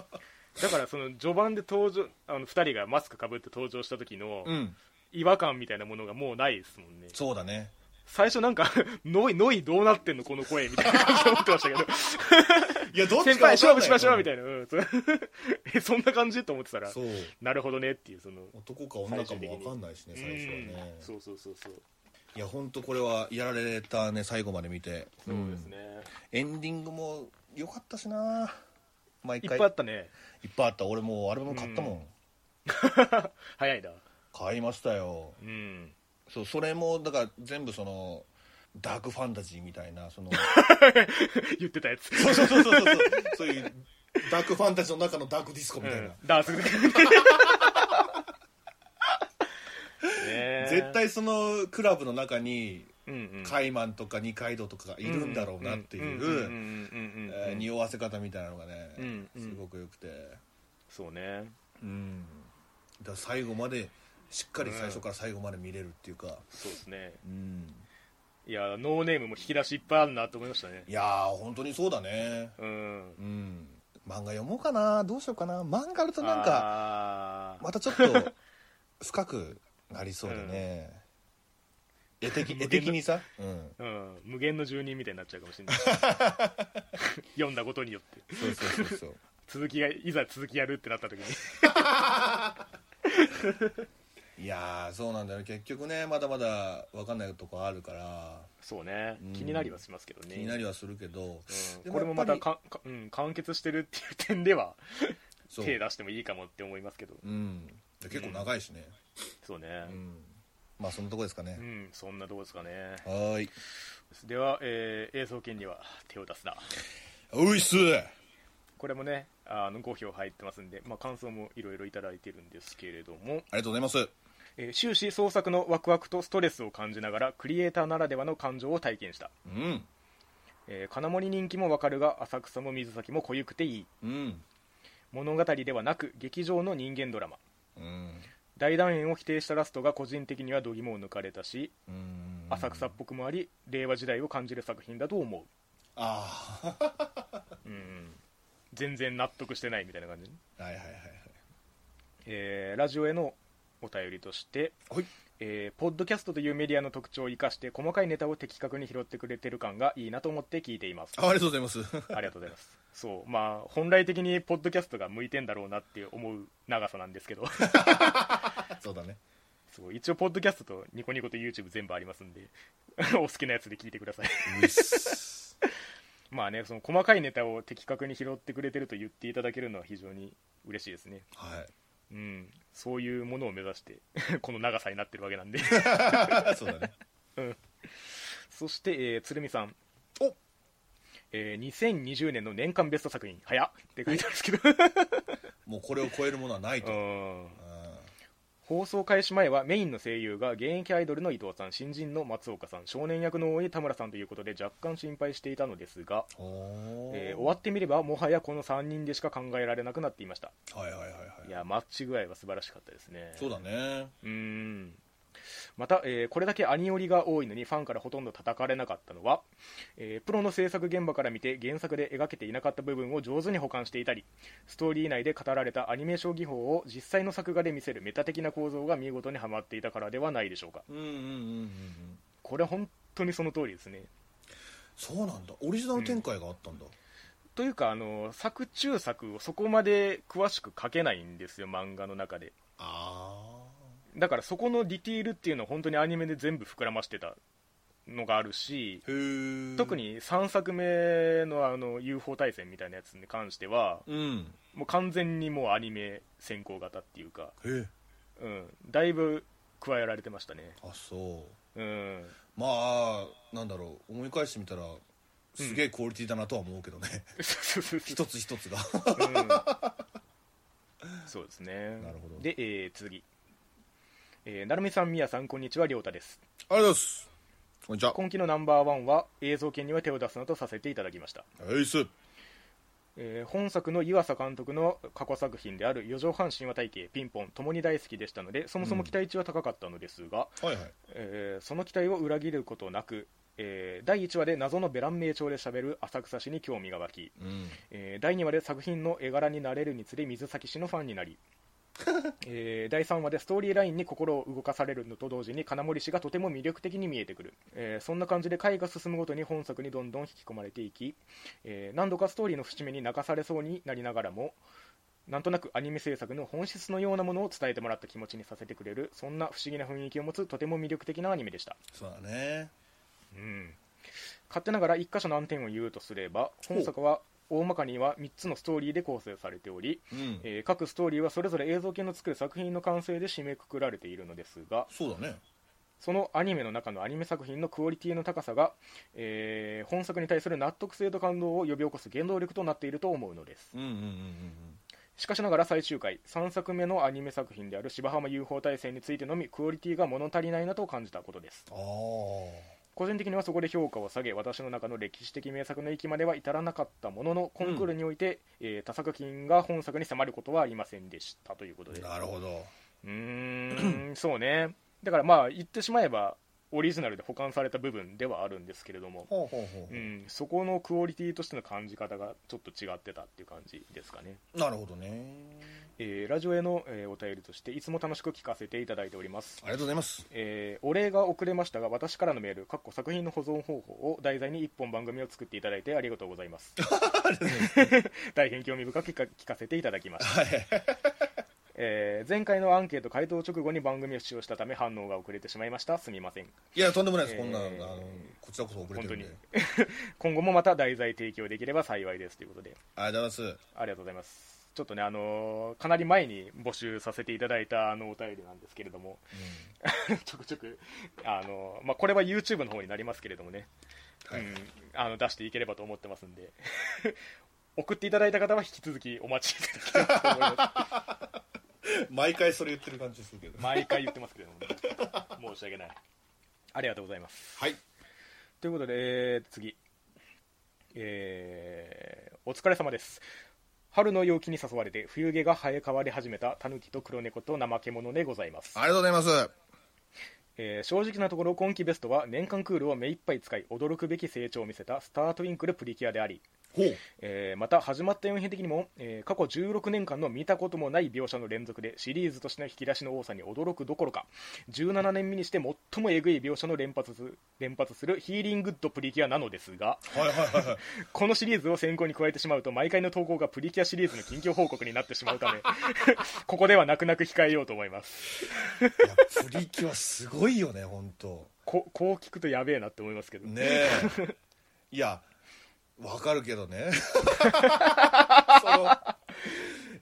らその序盤で登場あの2人がマスクかぶって登場した時の
うん
違和感みたいなものがもうないですもんね
そうだね
最初なんか 「ノイノイどうなってんのこの声」みたい な感じで思ってましたけど
いやど
「先輩勝負しましょう」み
い
たいな、うんそう えそんな感じと思ってた
な
ら
そう
なるほどねっていうその
男か女かも分かんないしね最初はね
うんそうそうそうそう
いや本当これはやられたね最後まで見て
そうですね、
うんエンディングも良かったしな毎
いっ
回
ぱいあったね
いっぱいあった俺もうアルバム買ったもん、
う早いな
買いましたよ
うん
そうそれもだから全部そのダークファンタジーみたいな その
言ってたやつ
そうそうそうそうそうそういうダークファンタジーの中のダークディスコみたいな、
うんダース ねえ
絶対そのクラブの中に
うんうん
カイマンとか二階堂とかがいるんだろうなっていうえー
う
匂わせ方みたいなのがね、
うんうん
すごくよくて、
そうね
うん、だから最後までしっかり最初から最後まで見れるっていうか、
そうですね
うん、
いやノーネームも引き出しいっぱいあるなと思いましたね
いやー本当にそうだね、
うん
うん、漫画読もうかなどうしようかな漫画あるとなんか
か
またちょっと深くなりそうだね、絵 的絵的にさ、うん、
うん無限の住人みたいになっちゃうかもしれ ない読んだことによって
そうそうそうそう
続きがいざ続きやるってなった時に
いやーそうなんだよね結局ねまだまだ分かんないとこあるから
そうね
うん
気になりはしますけどね
気になりはするけど、
う
で
ん
も
これもまたかかうん完結してるっていう点では
そう
手出してもいいかもって思いますけど
うん、で結構長いしね、
そうね
うんまあそのとこですかね
う、んそんなとこですかね
はーい
では、えー、映像権には手を出すな
おいっす
これもねあの5票入ってますんで、まあ、感想もいろいろいただいてるんですけれども、
ありがとうございます
えー終始創作のワクワクとストレスを感じながらクリエイターならではの感情を体験した、
うん
えー金森人気もわかるが浅草も水先も濃ゆくていい
うん
物語ではなく劇場の人間ドラマ
うん
大団円を否定したラストが個人的には度肝を抜かれたし
うん
浅草っぽくもあり令和時代を感じる作品だと思
ああ
う、うん、全然納得してないみたいな感じ、
はいはいはいはい
えーラジオへのお便りとして、
はい
えーポッドキャストというメディアの特徴を生かして細かいネタを的確に拾ってくれてる感がいいなと思って聞いています
あありがとうございます
ありがとうございますそうまあ本来的にポッドキャストが向いてんだろうなって思う長さなんですけど
そうだね
そう一応ポッドキャストとニコ ニコと YouTube 全部ありますんでお好きなやつで聞いてください、
ういっす
まあねその細かいネタを的確に拾ってくれてると言っていただけるのは非常に嬉しいですね
は
うんそういうものを目指して この長さになってるわけなんで
い そうだね
そして、えー鶴見さん
お
えー2020年の年間ベスト作品早っって書いてあるんですけど
もうこれを超えるものはないと、
う
うん
ん放送開始前はメインの声優が現役アイドルの伊藤さん新人の松岡さん少年役の大江田村さんということで若干心配していたのですが、
おー
えー終わってみればもはやこの3人でしか考えられなくなっていました
はいはいはいはい
いやマッチ具合は素晴らしかったですね
そうだね
うーんまた、えーこれだけアニオリが多いのにファンからほとんど叩かれなかったのは、えープロの制作現場から見て原作で描けていなかった部分を上手に保管していたりストーリー内で語られたアニメーション技法を実際の作画で見せるメタ的な構造が見事にはまっていたからではないでしょうか
うんうんうんうんうん
これ本当にその通りですね
そうなんだオリジナル展開があったんだ、
というかあの作中作をそこまで詳しく書けないんですよ漫画の中で
あ
だからそこのディティールっていうのは本当にアニメで全部膨らましてたのがあるし
あへえ
特に3作目のあの UFO 対戦みたいなやつに関しては
うん
もう完全にもうアニメ先行型っていうか、
へえ
うん、だいぶ加えられてましたね
あそう
うん
まあなんだろう思い返してみたらすげえクオリティだなとは思うけどね、
そうそうそう
一つ一 つが
うんそうですね
なるほど
で、えー次、えー、成美さんみやさんこんにちはりょうたです
ありがとうございますこんにちは
今期のナンバーワンは映像権には手を出すなとさせていただきました
エイス
えー本作の湯浅監督の過去作品である「四畳半神話体系」「ピンポン」ともに大好きでしたのでそもそも期待値は高かったのですが、
はいはい
えーその期待を裏切ることなく、えー第1話で謎のベラン名調でしゃべる浅草氏に興味が湧き、
うん
えー第2話で作品の絵柄になれるにつれ水崎氏のファンになり、えー第3話でストーリーラインに心を動かされるのと同時に金森氏がとても魅力的に見えてくる、えーそんな感じで回が進むごとに本作にどんどん引き込まれていき、えー何度かストーリーの節目に泣かされそうになりながらもなんとなくアニメ制作の本質のようなものを伝えてもらった気持ちにさせてくれるそんな不思議な雰囲気を持つとても魅力的なアニメでした
そうだね
うん、勝手ながら1箇所難点を言うとすれば本作は大まかには3つのストーリーで構成されており、
うん
えー各ストーリーはそれぞれ映像系の作る作品の完成で締めくくられているのですが
そうだね
そのアニメの中のアニメ作品のクオリティの高さが、えー本作に対する納得性と感動を呼び起こす原動力となっていると思うのです
うんうんうん
しかしながら最終回3作目のアニメ作品である芝浜 UFO 大戦についてのみクオリティが物足りないなと感じたことです
ああ
個人的にはそこで評価を下げ私の中の歴史的名作の域までは至らなかったもののコンクールにおいて、えー他作品が本作に迫ることはありませんでしたということで
なるほど
うーんそうねだからまあ言ってしまえばオリジナルで保管された部分ではあるんですけれども、
ほうほうほう、
うん、そこのクオリティとしての感じ方がちょっと違ってたっていう感じですかね
なるほどね
えーラジオへの、えーお便りとしていつも楽しく聞かせていただいております
ありがとうございます
えーお礼が遅れましたが私からのメールかっこ作品の保存方法を題材に1本番組を作っていただいてありがとうございます 大変興味深く聞か聞かせていただきました、
はい
えー前回のアンケート回答直後に番組を視聴したため反応が遅れてしまいましたすみません
いやとんでもないです、
えー
こんなのあのこちらこそ遅れてるんで
本 今後もまた題材提供できれば幸いですということで
ありがとうございます
ありがとうございますちょっとね、あのーかなり前に募集させていただいたあのお便りなんですけれども、 ちょくちょく、あのーまあ、これは YouTube の方になりますけれどもね、
はい
うん、あの出していければと思ってますんで 送っていただいた方は引き続きお待ちいただきたいと思い ま
毎回それ言ってる感じするけど
す毎回言ってますけれども、ね、申し訳ないありがとうございます
はい
ということで、えー次えーお疲れ様です春の陽気に誘われて冬毛が生え変わり始めたタヌキと黒猫と怠け者でございます
あ、りがとうございます
えー正直なところ今季ベストは年間クールを目いっぱい使い驚くべき成長を見せたスタートウィンクルプリキュアであり
ほう
えーまた始まった4編的にも、えー過去16年間の見たこともない描写の連続でシリーズとしての引き出しの多さに驚くどころか17年目にして最もえぐい描写の連発す連発するヒーリングッドプリキュアなのですが
はいはいはいはい
このシリーズを先行に加えてしまうと毎回の投稿がプリキュアシリーズの近況報告になってしまうためここでは泣く泣く控えようと思います
いやプリキュアすごいよね本当
ここう聞くとやべえなって思いますけど、
ねえいやわかるけど ねその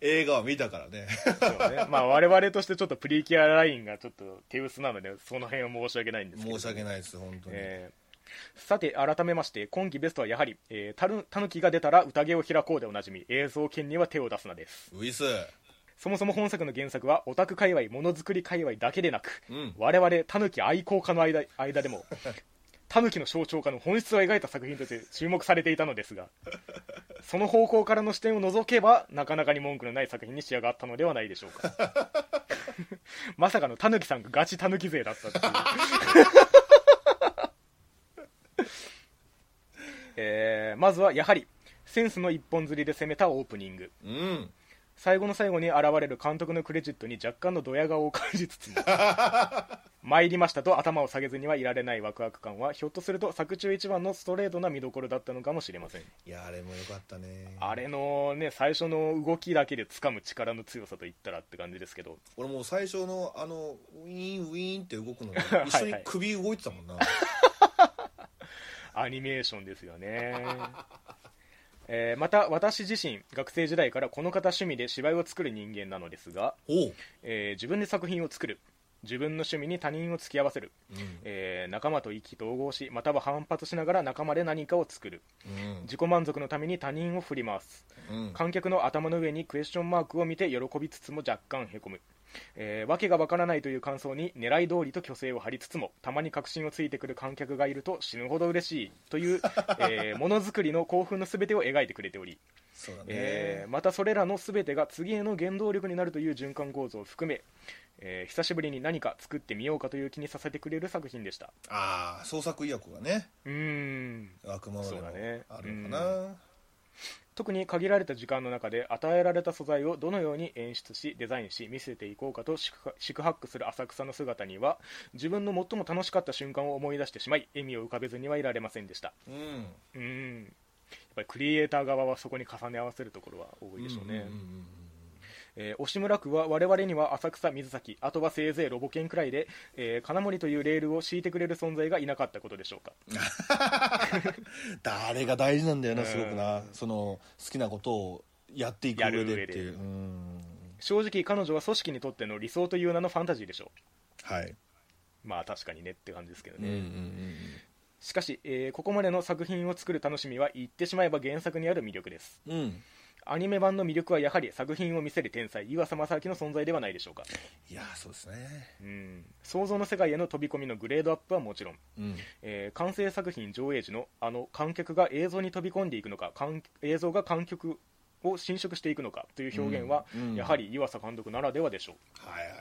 映画を見たからね
そうねまあ我々としてちょっとプリキュアラインがちょっと手薄なのでその辺は申し訳ないんですけど
申し訳ないです本当に、
えーさて改めまして今季ベストはやはり、えーたぬたぬきが出たら宴を開こうでおなじみ映像権には手を出すなです
ウィス
そもそも本作の原作はオタク界隈ものづくり界隈だけでなく、
うん
我々タヌキ愛好家の間間でも タヌキの象徴化の本質を描いた作品として注目されていたのですがその方向からの視点を除けばなかなかに文句のない作品に仕上がったのではないでしょうか まさかのタヌキさんがガチタヌキ勢だったっていう えーまずはやはりセンスの一本釣りで攻めたオープニング
うん
最後の最後に現れる監督のクレジットに若干のドヤ顔を感じつつも参りましたと頭を下げずにはいられないワクワク感はひょっとすると作中一番のストレートな見どころだったのかもしれません
いやあれもよかったね
あれのね最初の動きだけで掴む力の強さといったらって感じですけど
俺もう最初のあのウィーンウィーンって動 くの
はい
一緒に首動いてたもんな
アニメーションですよねえーまた私自身学生時代からこの方趣味で芝居を作る人間なのですが、
おう、
えー自分で作品を作る自分の趣味に他人を付き合わせる
うん
えー仲間と意気投合しまたは反発しながら仲間で何かを作る
うん
自己満足のために他人を振り回す
うん、
観客の頭の上にクエスチョンマークを見て喜びつつも若干へこむ、えー、訳がわからないという感想に狙い通りと虚勢を張りつつもたまに確信をついてくる観客がいると死ぬほど嬉しいという、えーものづくりの興奮のすべてを描いてくれており、
そうだね、
えーまたそれらのすべてが次への原動力になるという循環構造を含め、えー久しぶりに何か作ってみようかという気にさせてくれる作品でした
ああ創作意欲がね
うーん
悪魔でも
そうだね
あるのかな、
特に限られた時間の中で与えられた素材をどのように演出しデザインし見せていこうかと四苦四苦八苦する浅草の姿には自分の最も楽しかった瞬間を思い出してしまい笑みを浮かべずにはいられませんでした
う
うー
ん
んやっぱりクリエイター側はそこに重ね合わせるところは多いでしょうね、
んんんん
えー、押村区は我々には浅草水崎あとはせいぜいロボ犬くらいで、えー金森というレールを敷いてくれる存在がいなかったことでしょうか
誰が大事なんだよ
う
なんすごくな、その好きなことをやっていく
や
上でって
る上で
いう、うん、
正直彼女は組織にとっての理想という名のファンタジーでしょ
はい、
うまあ確かにねって感じですけど
うん
ね、
うん
しかし、えーここまでの作品を作る楽しみは言ってしまえば原作にある魅力です
うんうん、
アニメ版の魅力はやはり作品を見せる天才岩佐正明の存在ではないでしょうか
いやそうですね、
うん想像の世界への飛び込みのグレードアップはもちろん、
うん、
えー完成作品上映時のあの観客が映像に飛び込んでいくのか観映像が観客を侵食していくのかという表現は、
うんうん
やはり岩佐監督ならではでしょう
はいはいはい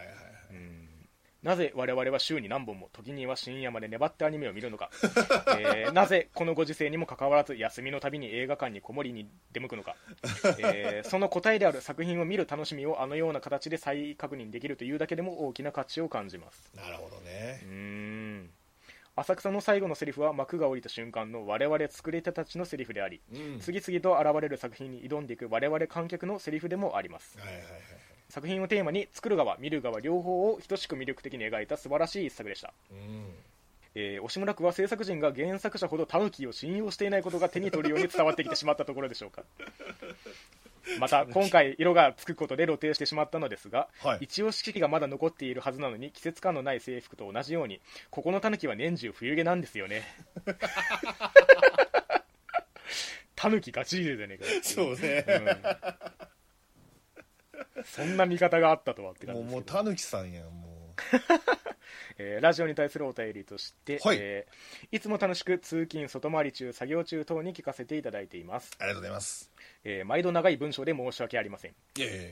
なぜ我々は週に何本も時には深夜まで粘ってアニメを見るの か、えーなぜこのご時世にもかかわらず休みのたびに映画館にこもりに出向くのか、えーその答えである作品を見る楽しみをあのような形で再確認できるというだけでも大きな価値を感じます
なるほど
う
ね
ーん浅草の最後のセリフは幕が降りた瞬間の我々作り手たちのセリフであり
うん
次々と現れる作品に挑んでいく我々観客のセリフでもあります
はいはいはい
作品をテーマに作る側見る側両方を等しく魅力的に描いた素晴らしい一作でした、
うん
えー、押村区は制作陣が原作者ほどタヌキを信用していないことが手に取るように伝わってきてしまったところでしょうか また今回色がつくことで露呈してしまったのですが、
はい
一応四季がまだ残っているはずなのに季節感のない制服と同じようにここのタヌキは年中冬毛なんですよね タヌキガチ勢じゃねえかよ
そうね、
うんそんな見方があったとはって感
も
じで
う
す
もう
けど
たぬきさんやんも
えーラジオに対するお便りとして、
はい
えーいつも楽しく通勤外回り中作業中等に聞かせていただいています、
うありがとうございます
えー毎度長い文章で申し訳ありません
いやいやいや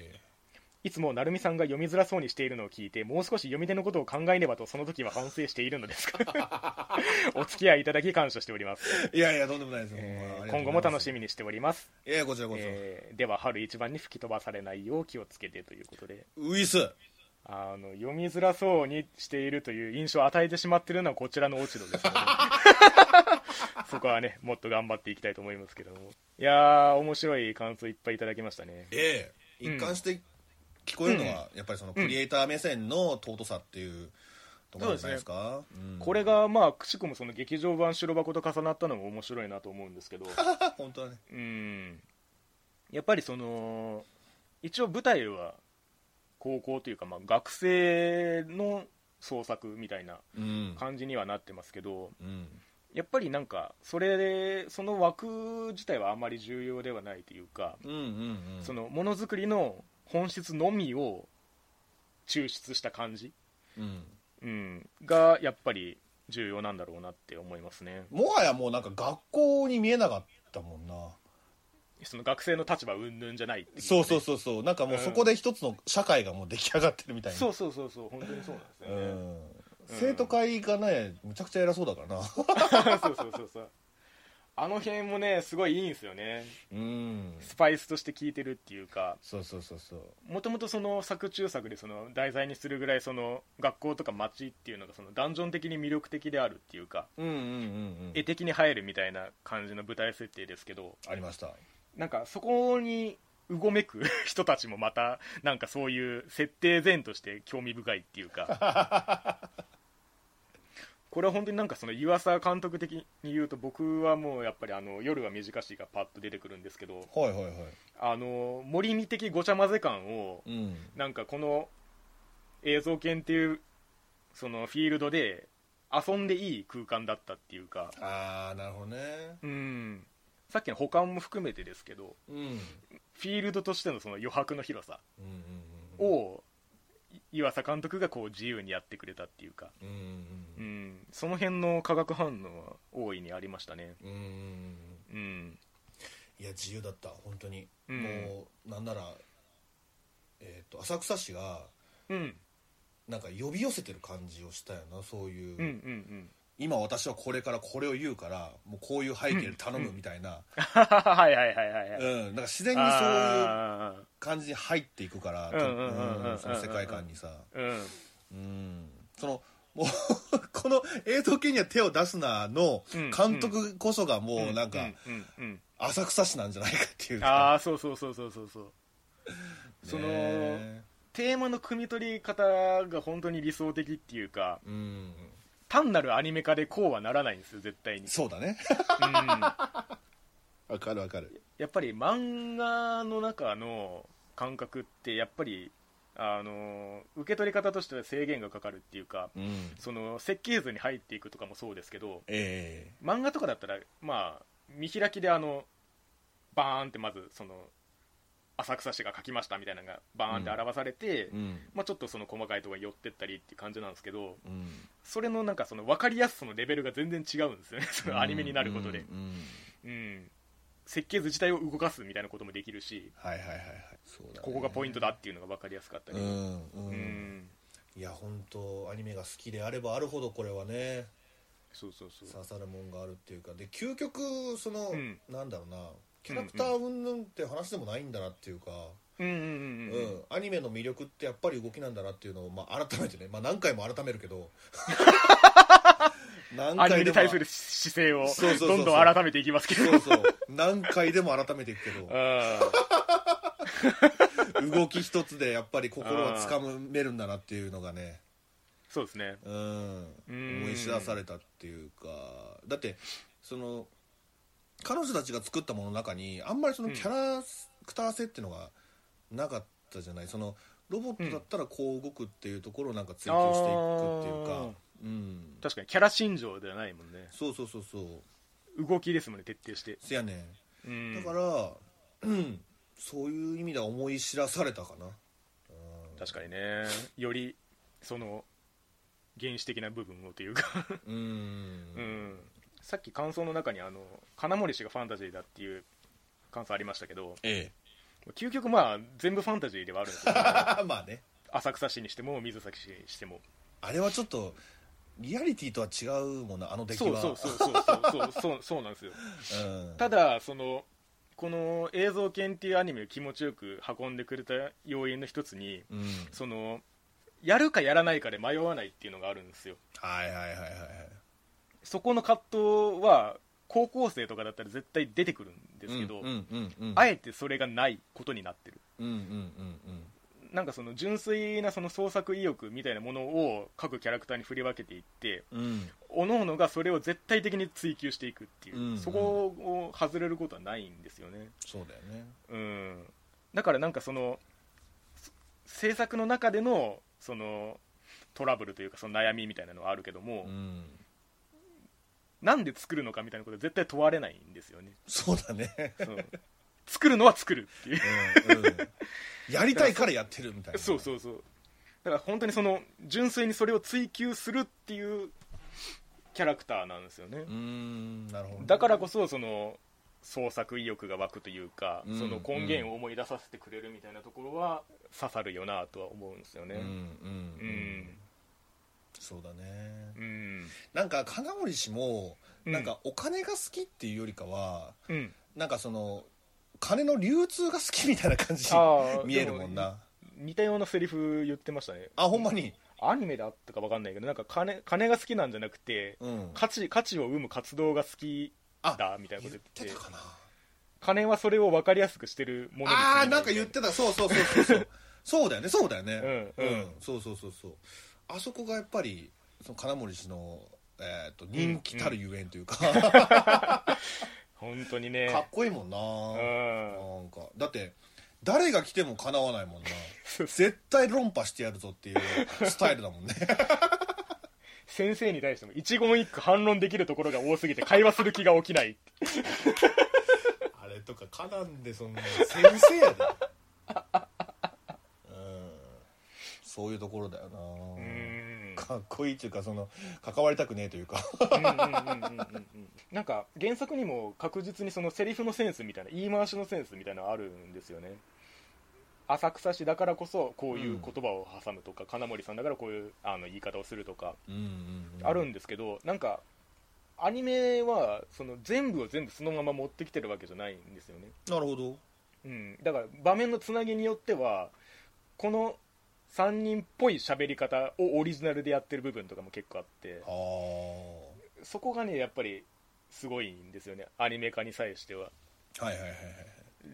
いつも成美さんが読みづらそうにしているのを聞いてもう少し読み手のことを考えねばとその時は反省しているのですが お付き合いいただき感謝しております、
いやいやとんでもないですよ、
えー
ほんま
今後も楽し
み
みにしております、
いやいやこちらこそ、
えーでは春一番に吹き飛ばされないよう気をつけてということで
ウイス
あの読みづらそうにしているという印象を与えてしまっているのはこちらの落ち度 ですのでそこはねもっと頑張っていきたいと思いますけどもいやー面白い感想いっぱいいただきましたね
ええ
うん
一貫して聞こえるのは、やっぱりそのクリエイター目線の尊さっていうところじゃないですかうん
これがまあくしくもその劇場版白箱と重なったのも面白いなと思うんですけど
本当はね
うんやっぱりその一応舞台は高校というかまあ学生の創作みたいな
うん
感じにはなってますけど
うん
やっぱりなんかそれでその枠自体はあまり重要ではないというか
うんうんうん
そのものづくりの本質のみを抽出した感じ、
うん
うん、がやっぱり重要なんだろうなって思いますね
もはやもうなんか学校に見えなかったもんな
その学生の立場云々じゃないっていね
そうそうそうそうなんかもうそこで一つの社会がもう出来上がってるみたいな
そうそうそうそう本当にそうなんですよ
う
ね、
ん生徒会がねむちゃくちゃ偉そうだから な
そうそうそうそうあの辺もねすごいいいんですよね
うん
スパイスとして効いてるっていうか
そうそうそうそう
もともとその作中作でその題材にするぐらいその学校とか街っていうのがそのダンジョン的に魅力的であるっていうか
うんうんうん
絵的に入るみたいな感じの舞台設定ですけど
ありました
なんかそこにうごめく人たちもまたなんかそういう設定前として興味深いっていうか これは本当になんかその湯浅監督的に言うと僕はもうやっぱりあの「夜は短し」がパッと出てくるんですけど
はいはいはい
あの森見的ごちゃ混ぜ感を
うん
なんかこの映像研っていうそのフィールドで遊んでいい空間だったっていうか
ああなるほどね
うんさっきの保管も含めてですけど
うんうんうん
フィールドとしてのその余白の広さ
うん
を岩佐監督がこう自由にやってくれたっていうか、
うんうん
うん、その辺の化学反応は大いにありましたね
うんうんうん
うん
いや自由だった本当に、
うん
もうなんなら、えー、と浅草市が
うん
なんか呼び寄せてる感じをしたよなそういう、
うんうんうん
今私はこれからこれを言うからもうこういう背景で頼むみたいな,、
はいはいはいはいは
うん
い
なんか自然にそういう
あ
感じに入っていくから
うんうんうんうん
うんその世界観にさ、
ーうん
うん、そのもうこの映像系には手を出すなの監督こそがもうなんか
うんうん
浅草市なんじゃないかっていう
うん
か
ああそうそうそうそうそうそうその
ね
テーマの汲み取り方が本当に理想的っていうか
うん
単なるアニメ化でこうはならないんですよ絶対に、
そうだね
うん、や
わかるわかる
っぱり漫画の中の感覚ってやっぱりあの受け取り方としては制限がかかるっていうか
うん
その設計図に入っていくとかもそうですけど
え
漫画とかだったらまあ見開きであのバーンってまずその浅草市が書きましたみたいなのがバーンって表されて、
えうん
まあ、ちょっとその細かいところに寄ってったりっていう感じなんですけど
うん
それのなんかその分かりやすさのレベルが全然違うんですよね そのアニメになることで
うんうん
うん設計図自体を動かすみたいなこともできるし
はいはいはいはいそうだね
ここがポイントだっていうのが分かりやすかった
う
りうん
んうんいや本当アニメが好きであればあるほどこれはね
そうそうそう
刺さるもんがあるっていうかで究極その、
うん
なんだろうなキャラクター云々って話でもないんだなっていうか、
うんう
う
ん
ん
うんうん
アニメの魅力ってやっぱり動きなんだなっていうのを、まあ、改めてね、まあ、何回も改めるけど 何
アニメに対する
そ
姿勢を
そうそうそうそう
どんどん改めていきますけ ど
うそう何回でも改めていくけ ど
う
動き一つでやっぱり心をつかめるんだなっていうのがね、
んそうですね
うん、
うん
思い知らされたっていうかだってその彼女たちが作ったものの中にあんまりその
うん
キャラクター性っていうのがなかったじゃないそのロボットだったらこう動くっていうところをなんか追求していくっていうか、うん、
確かにキャラ心情ではないもんね
そうそうそうそう
動きですもんね徹底して
せやね
うん
んだから、うん、そういう意味では思い知らされたかな、うん
確かにねよりその原始的な部分をというか
うん
うんさっき感想の中にあの金森氏がファンタジーだっていう感想ありましたけど
ええ
究極まあ全部ファンタジーではあるん ですよ
まあね
浅草市にしても水崎市にしても
あれはちょっとリアリティとは違うもんなあの出来
そう
は
そうそうそうそうそう そうなんですよ
うん
ただそのこの映像研っていうアニメを気持ちよく運んでくれた要因の一つに
うん
そのやるかやらないかで迷わないっていうのがあるんですよ
はいはいはいはい
そこの葛藤は高校生とかだったら絶対出てくるんですけど、
うんうんうんうん
あえてそれがないことになってる
うんうんうん
なんかその純粋なその創作意欲みたいなものを各キャラクターに振り分けていって
うん
各々がそれを絶対的に追求していくっていう、
うんうん
そこを外れることはないんですよね、
そうだよね
うん、だからなんかそのそ制作の中でのそのトラブルというかその悩みみたいなのはあるけども、
うん
なんで作るのかみたいなことは絶対問われないんですよね
そうだね
そう作るのは作るっていう
うんうんやりたいからやってるみたい な
そうそうそうだから本当にその純粋にそれを追求するっていうキャラクターなんですよね
うーんなるほどね
だからこそその創作意欲が湧くというか、
うん
その根源を思い出させてくれるみたいなところは刺さるよなとは思うんですよ
うんうん
ね
う
うんん
そうだね
うん
なんか金森氏も
うん
なんかお金が好きっていうよりかは
うん
なんかその金の流通が好きみたいな感じに
あー
見えるもんな
似たようなセリフ言ってましたね
あほんまに
アニメだったか分かんないけどなんか金金が好きなんじゃなくて
うん
価値価値を生む活動が好きだみたいなこ
言っ
と言っ
て
て
たかな
金はそれを分かりやすくしてるものに
あ
過
あ
ぎ
ないんか言ってたそうそうそうそう そうそうだよねそうだよね
うんうん
そうそうそうそうあそこがやっぱりその金森氏のえーと人気たるゆえんというか か
本当にね
っこいいもんな
うん
なんかだって誰が来てもかなわないもんな
そう
絶対論破してやるぞっていうスタイルだもんね
先生に対しても一言一句反論できるところが多すぎて会話する気が起きない
あれとかかなんでそんな先生やで うんそういうところだよな
うんうん
かっこいいというかその関わりたくねえというか
うんうんうんうんなんか原作にも確実にそのセリフのセンスみたいな言い回しのセンスみたいなのあるんですよね浅草市だからこそこういう言葉を挟むとか、金森さんだからこういうあの言い方をするとか
うんうんうん
あるんですけど、なんかアニメはその全部を全部そのまま持ってきてるわけじゃないんですよね
なるほど
うん、だから場面のつなぎによってはこの3人っぽい喋り方をオリジナルでやってる部分とかも結構あって
ああ
そこがねやっぱりすごいんですよねアニメ化に際しては
はいはいはいはい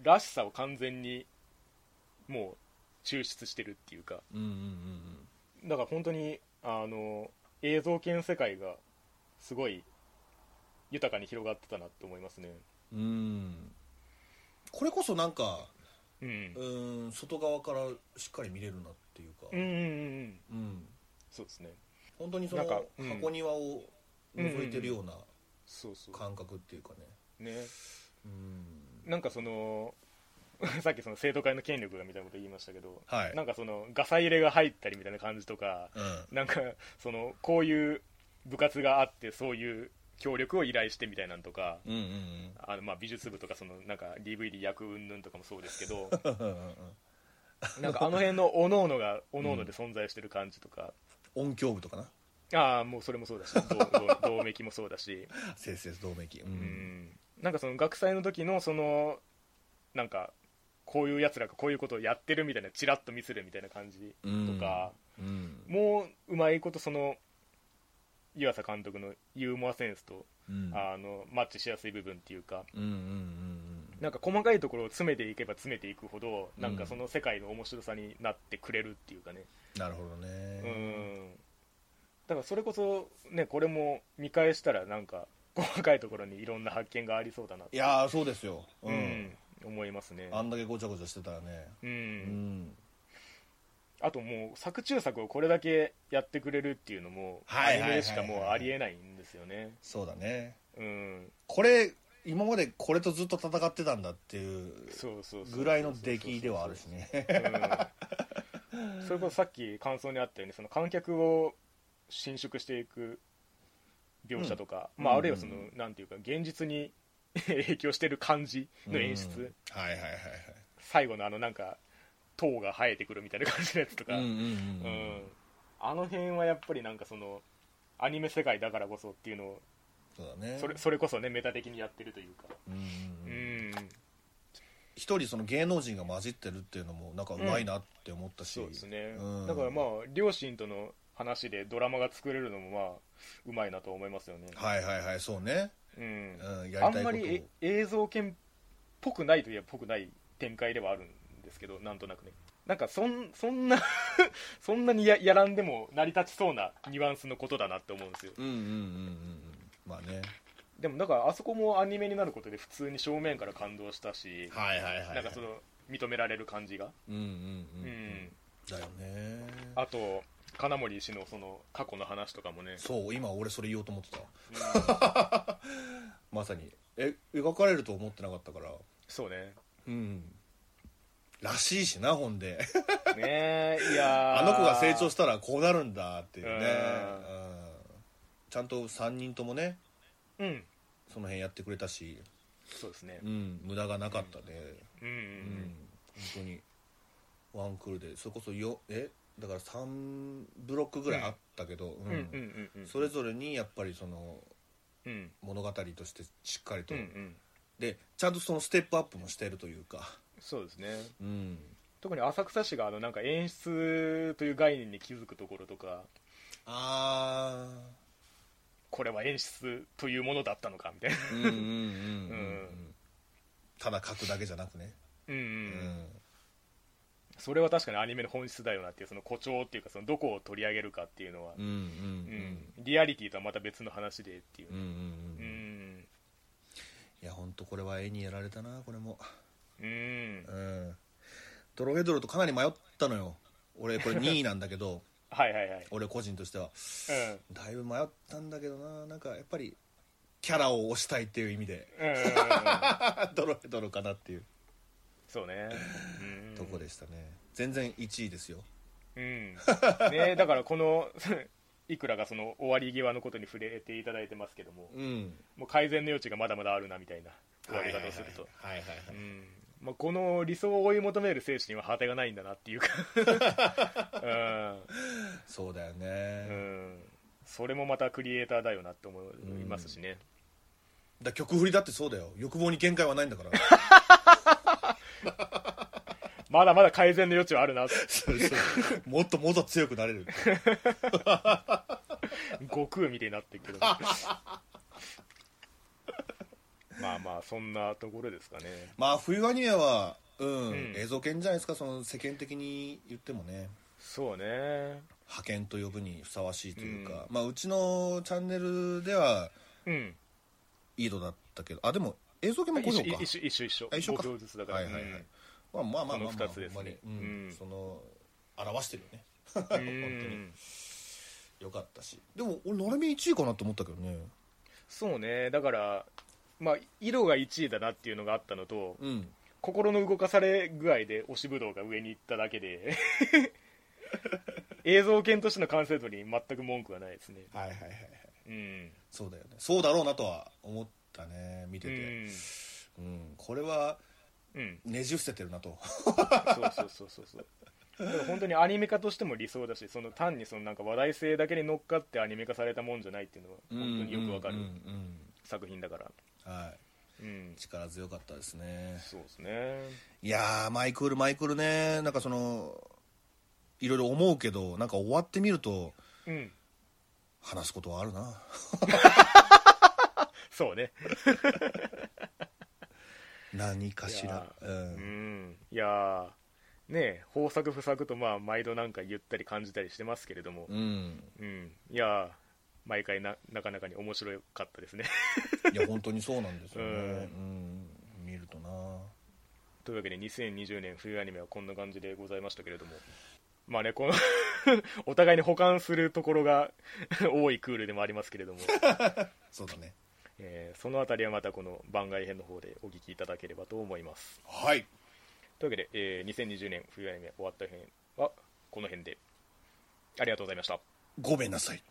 らしさを完全にもう抽出してるっていうか
うんうん
だから本当にあの映像系の世界がすごい豊かに広がってたなって思いますね
うんうんうんこれこそなんか
うん
うーん外側からしっかり見れるなっていうか
うんうんうんうん
うん
そうですね
本当にその
なんかうん
箱庭を覗いてるような
そうそう
感覚っていうかね
ね
うん
なんかそのさっきその生徒会の権力がみたいなこと言いましたけど、
はい
なんかそのガサ入れが入ったりみたいな感じとか
う
なんかそのこういう部活があってそういう協力を依頼してみたいなんとか
んうんうん
あのまあ美術部とかそのなんか DVD 役云々とかもそうですけど
うん
なんかあの辺の各々が各々で存在してる感じとか、
音響部とかな
ああもうそれもそうだしどうどう同盟もそうだし
せいせい同盟機う
うんんなんかその学祭の時のそのなんかこういうやつらがこういうことをやってるみたいなチラッと見せるみたいな感じとか、
うん
もううまいことその湯浅監督のユーモアセンスと、
うん
あのマッチしやすい部分っていうか
うんうんうん
なんか細かいところを詰めていけば詰めていくほど
うん
なんかその世界の面白さになってくれるっていうかね
うんなるほど
うん
ね
だからそれこそねこれも見返したらなんか細かいところにいろんな発見がありそうだなって
いやーそうですよ
う
うんん、
思いますね
あんだけごちゃごちゃしてたらね
うん、
うん
あともう作中作をこれだけやってくれるっていうのも
は
ア
い
ニ
はい
メ
はいはい
でしかもうありえないんですよね
そうだね
うん
これ今までこれとずっと戦ってたんだっていう
そうそうそう
ぐらいの出来ではあるしね
うんそれこそさっき感想にあったようにその観客を伸縮していく描写とか、
うん
まあ、
うん
あるいはその、なんていうか現実に 影響してる感じの演出、
うんはいはいはい
最後のあのなんか塔が生えてくるみたいな感じのやつとか、
はいうんう
う
んうん
ん、あの辺はやっぱりなんかそのアニメ世界だからこそっていうのを
そうだね
それそれこそねメタ的にやってるというか
うんうん
う
うん
ん
一人その芸能人が混じってるっていうのもなんかうまいなって思ったし、
そうですね、
うん
だからまあ両親との話でドラマが作れるのもまあうまいなと思いますよね、
はいはいはいそうね、
うん
うん、や
あ
りた
ん
い
ま
こ
りえ
と
映像系っぽくないといえばっぽくない展開ではあるんですけどなんとなくねなんかそん そんなそんなにややらんでも成り立ちそうなニュアンスのことだなって思うんですよ
うんうんうんうんうんまあね
でもだからあそこもアニメになることで普通に正面から感動したし、
はいはいはい
なんかその認められる感じが、
うんうんうん、
うん、
だよね
あと金森氏のその過去の話とかもね、
そう今俺それ言おうと思ってた
うん
まさにえ描かれると思ってなかったから
そうね
うんらしいしなほんで
ねえいや
あの子が成長
し
したらこうなるんだっていうね
うん
うんちゃんと3人ともね
うん
その辺やってくれたし、
そうですね
うん、無駄がなかったね、
うん、う
うん
ん、
本当にワンクールでそれこそよえだから3ブロックぐらいあったけど、
うんうんうんうん
それぞれにやっぱりその
うん
物語としてしっかりと、
うんうん
でちゃんとそのステップアップもしてるというか、
そうですね
うん、
特に浅草市があのなんか演出という概念に気づくところとか
ああ
これは演出というものだったのかみたいな
うんうんうんうんうん
うん
ただ書くだけじゃなくね、
うん、うん
うん
それは確かにアニメの本質だよなっていうその誇張っていうかそのどこを取り上げるかっていうのは、
うんうん
うんリアリティとはまた別の話でっていう
うんうんうん
う
うん
ん
いや本当これは絵にやられたなこれも
うん
うんドロヘドロとかなり迷ったのよ俺これ2位なんだけど
はいはいはい、
俺個人としては
うん
だいぶ迷ったんだけどななんかやっぱりキャラを推したいっていう意味で
うんうんうんうん、
ドロヘドロかなっていう
そうね、うん、
とこでしたね、全然1位ですよ
うん、ねだからこの いくらがその終わり際のことに触れていただいてますけども
うん
もう改善の余地がまだまだあるなみたいな終わり方をすると、
はいはいはいは
う
い
んまあ、この理想を追い求める精神は果てがないんだなっていう か、
そうだよ
うんう
ね、
ん、それもまたクリエイターだよなって思いますしね、
だ曲振りだってそうだよ欲望に限界はないんだから
まだまだ改善の余地はあるなって
そうそう もっともっと強くなれる
悟空みたいになってるけ どまあまあそんなところですかね
まあ冬アニメはうん、
うん
映像犬じゃないですかその世間的に言ってもね
そうね
派遣と呼ぶにふさわしいというか、まあうちのチャンネルでは
うん
イードだったけどあでも映像犬も
一
5
緒
票か
一緒一緒一緒
あ一緒か
5秒ずつだから
はいはい はい、まあまあまあまあ、まあ、
この二つですね
ほんまにうん
うん
その表してるよね
うんう
本当に
ん
よかったしでも俺なるみ1位かなと思ったけどね
そうねだからまあ色が1位だなっていうのがあったのと
うん
心の動かされ具合で推しぶどうが上に行っただけ で映像犬としての完成度に全く文句はないですね
はいはいはいはい
うん
そうだよねそうだろうなとは思ったね見て
う
て、
ん、
うんこれは
うん、
ねじ伏せてるなと
そうそうそうそうそうだから本当にアニメ化としても理想だしその単にそのなんか話題性だけに乗っかってアニメ化されたもんじゃないっていうのは本当によくわかる
うんうん
作品だから
うんはい
うん
力強かったですね
そうですね
いやーマイクールマイクールねなんかそのいろいろ思うけどなんか終わってみると
うん
話すことはあるな
そうね
何かしらう
うんんいやーねえ豊作不作とまあ毎度なんか言ったり感じたりしてますけれども
うん
うんいやー毎回ななかなかに面白かったですね
いや本当にそうなんですよね、
う
うん見るとな
というわけで2020年冬アニメはこんな感じでございましたけれどもまあねこの お互いに補完するところが 多いクールでもありますけれども、
そうだね
えーそのあたりはまたこの番外編の方でお聞きいただければと思います
はい
というわけで、えー2020年冬アニメ終わった編はこの辺でありがとうございました
ごめんなさい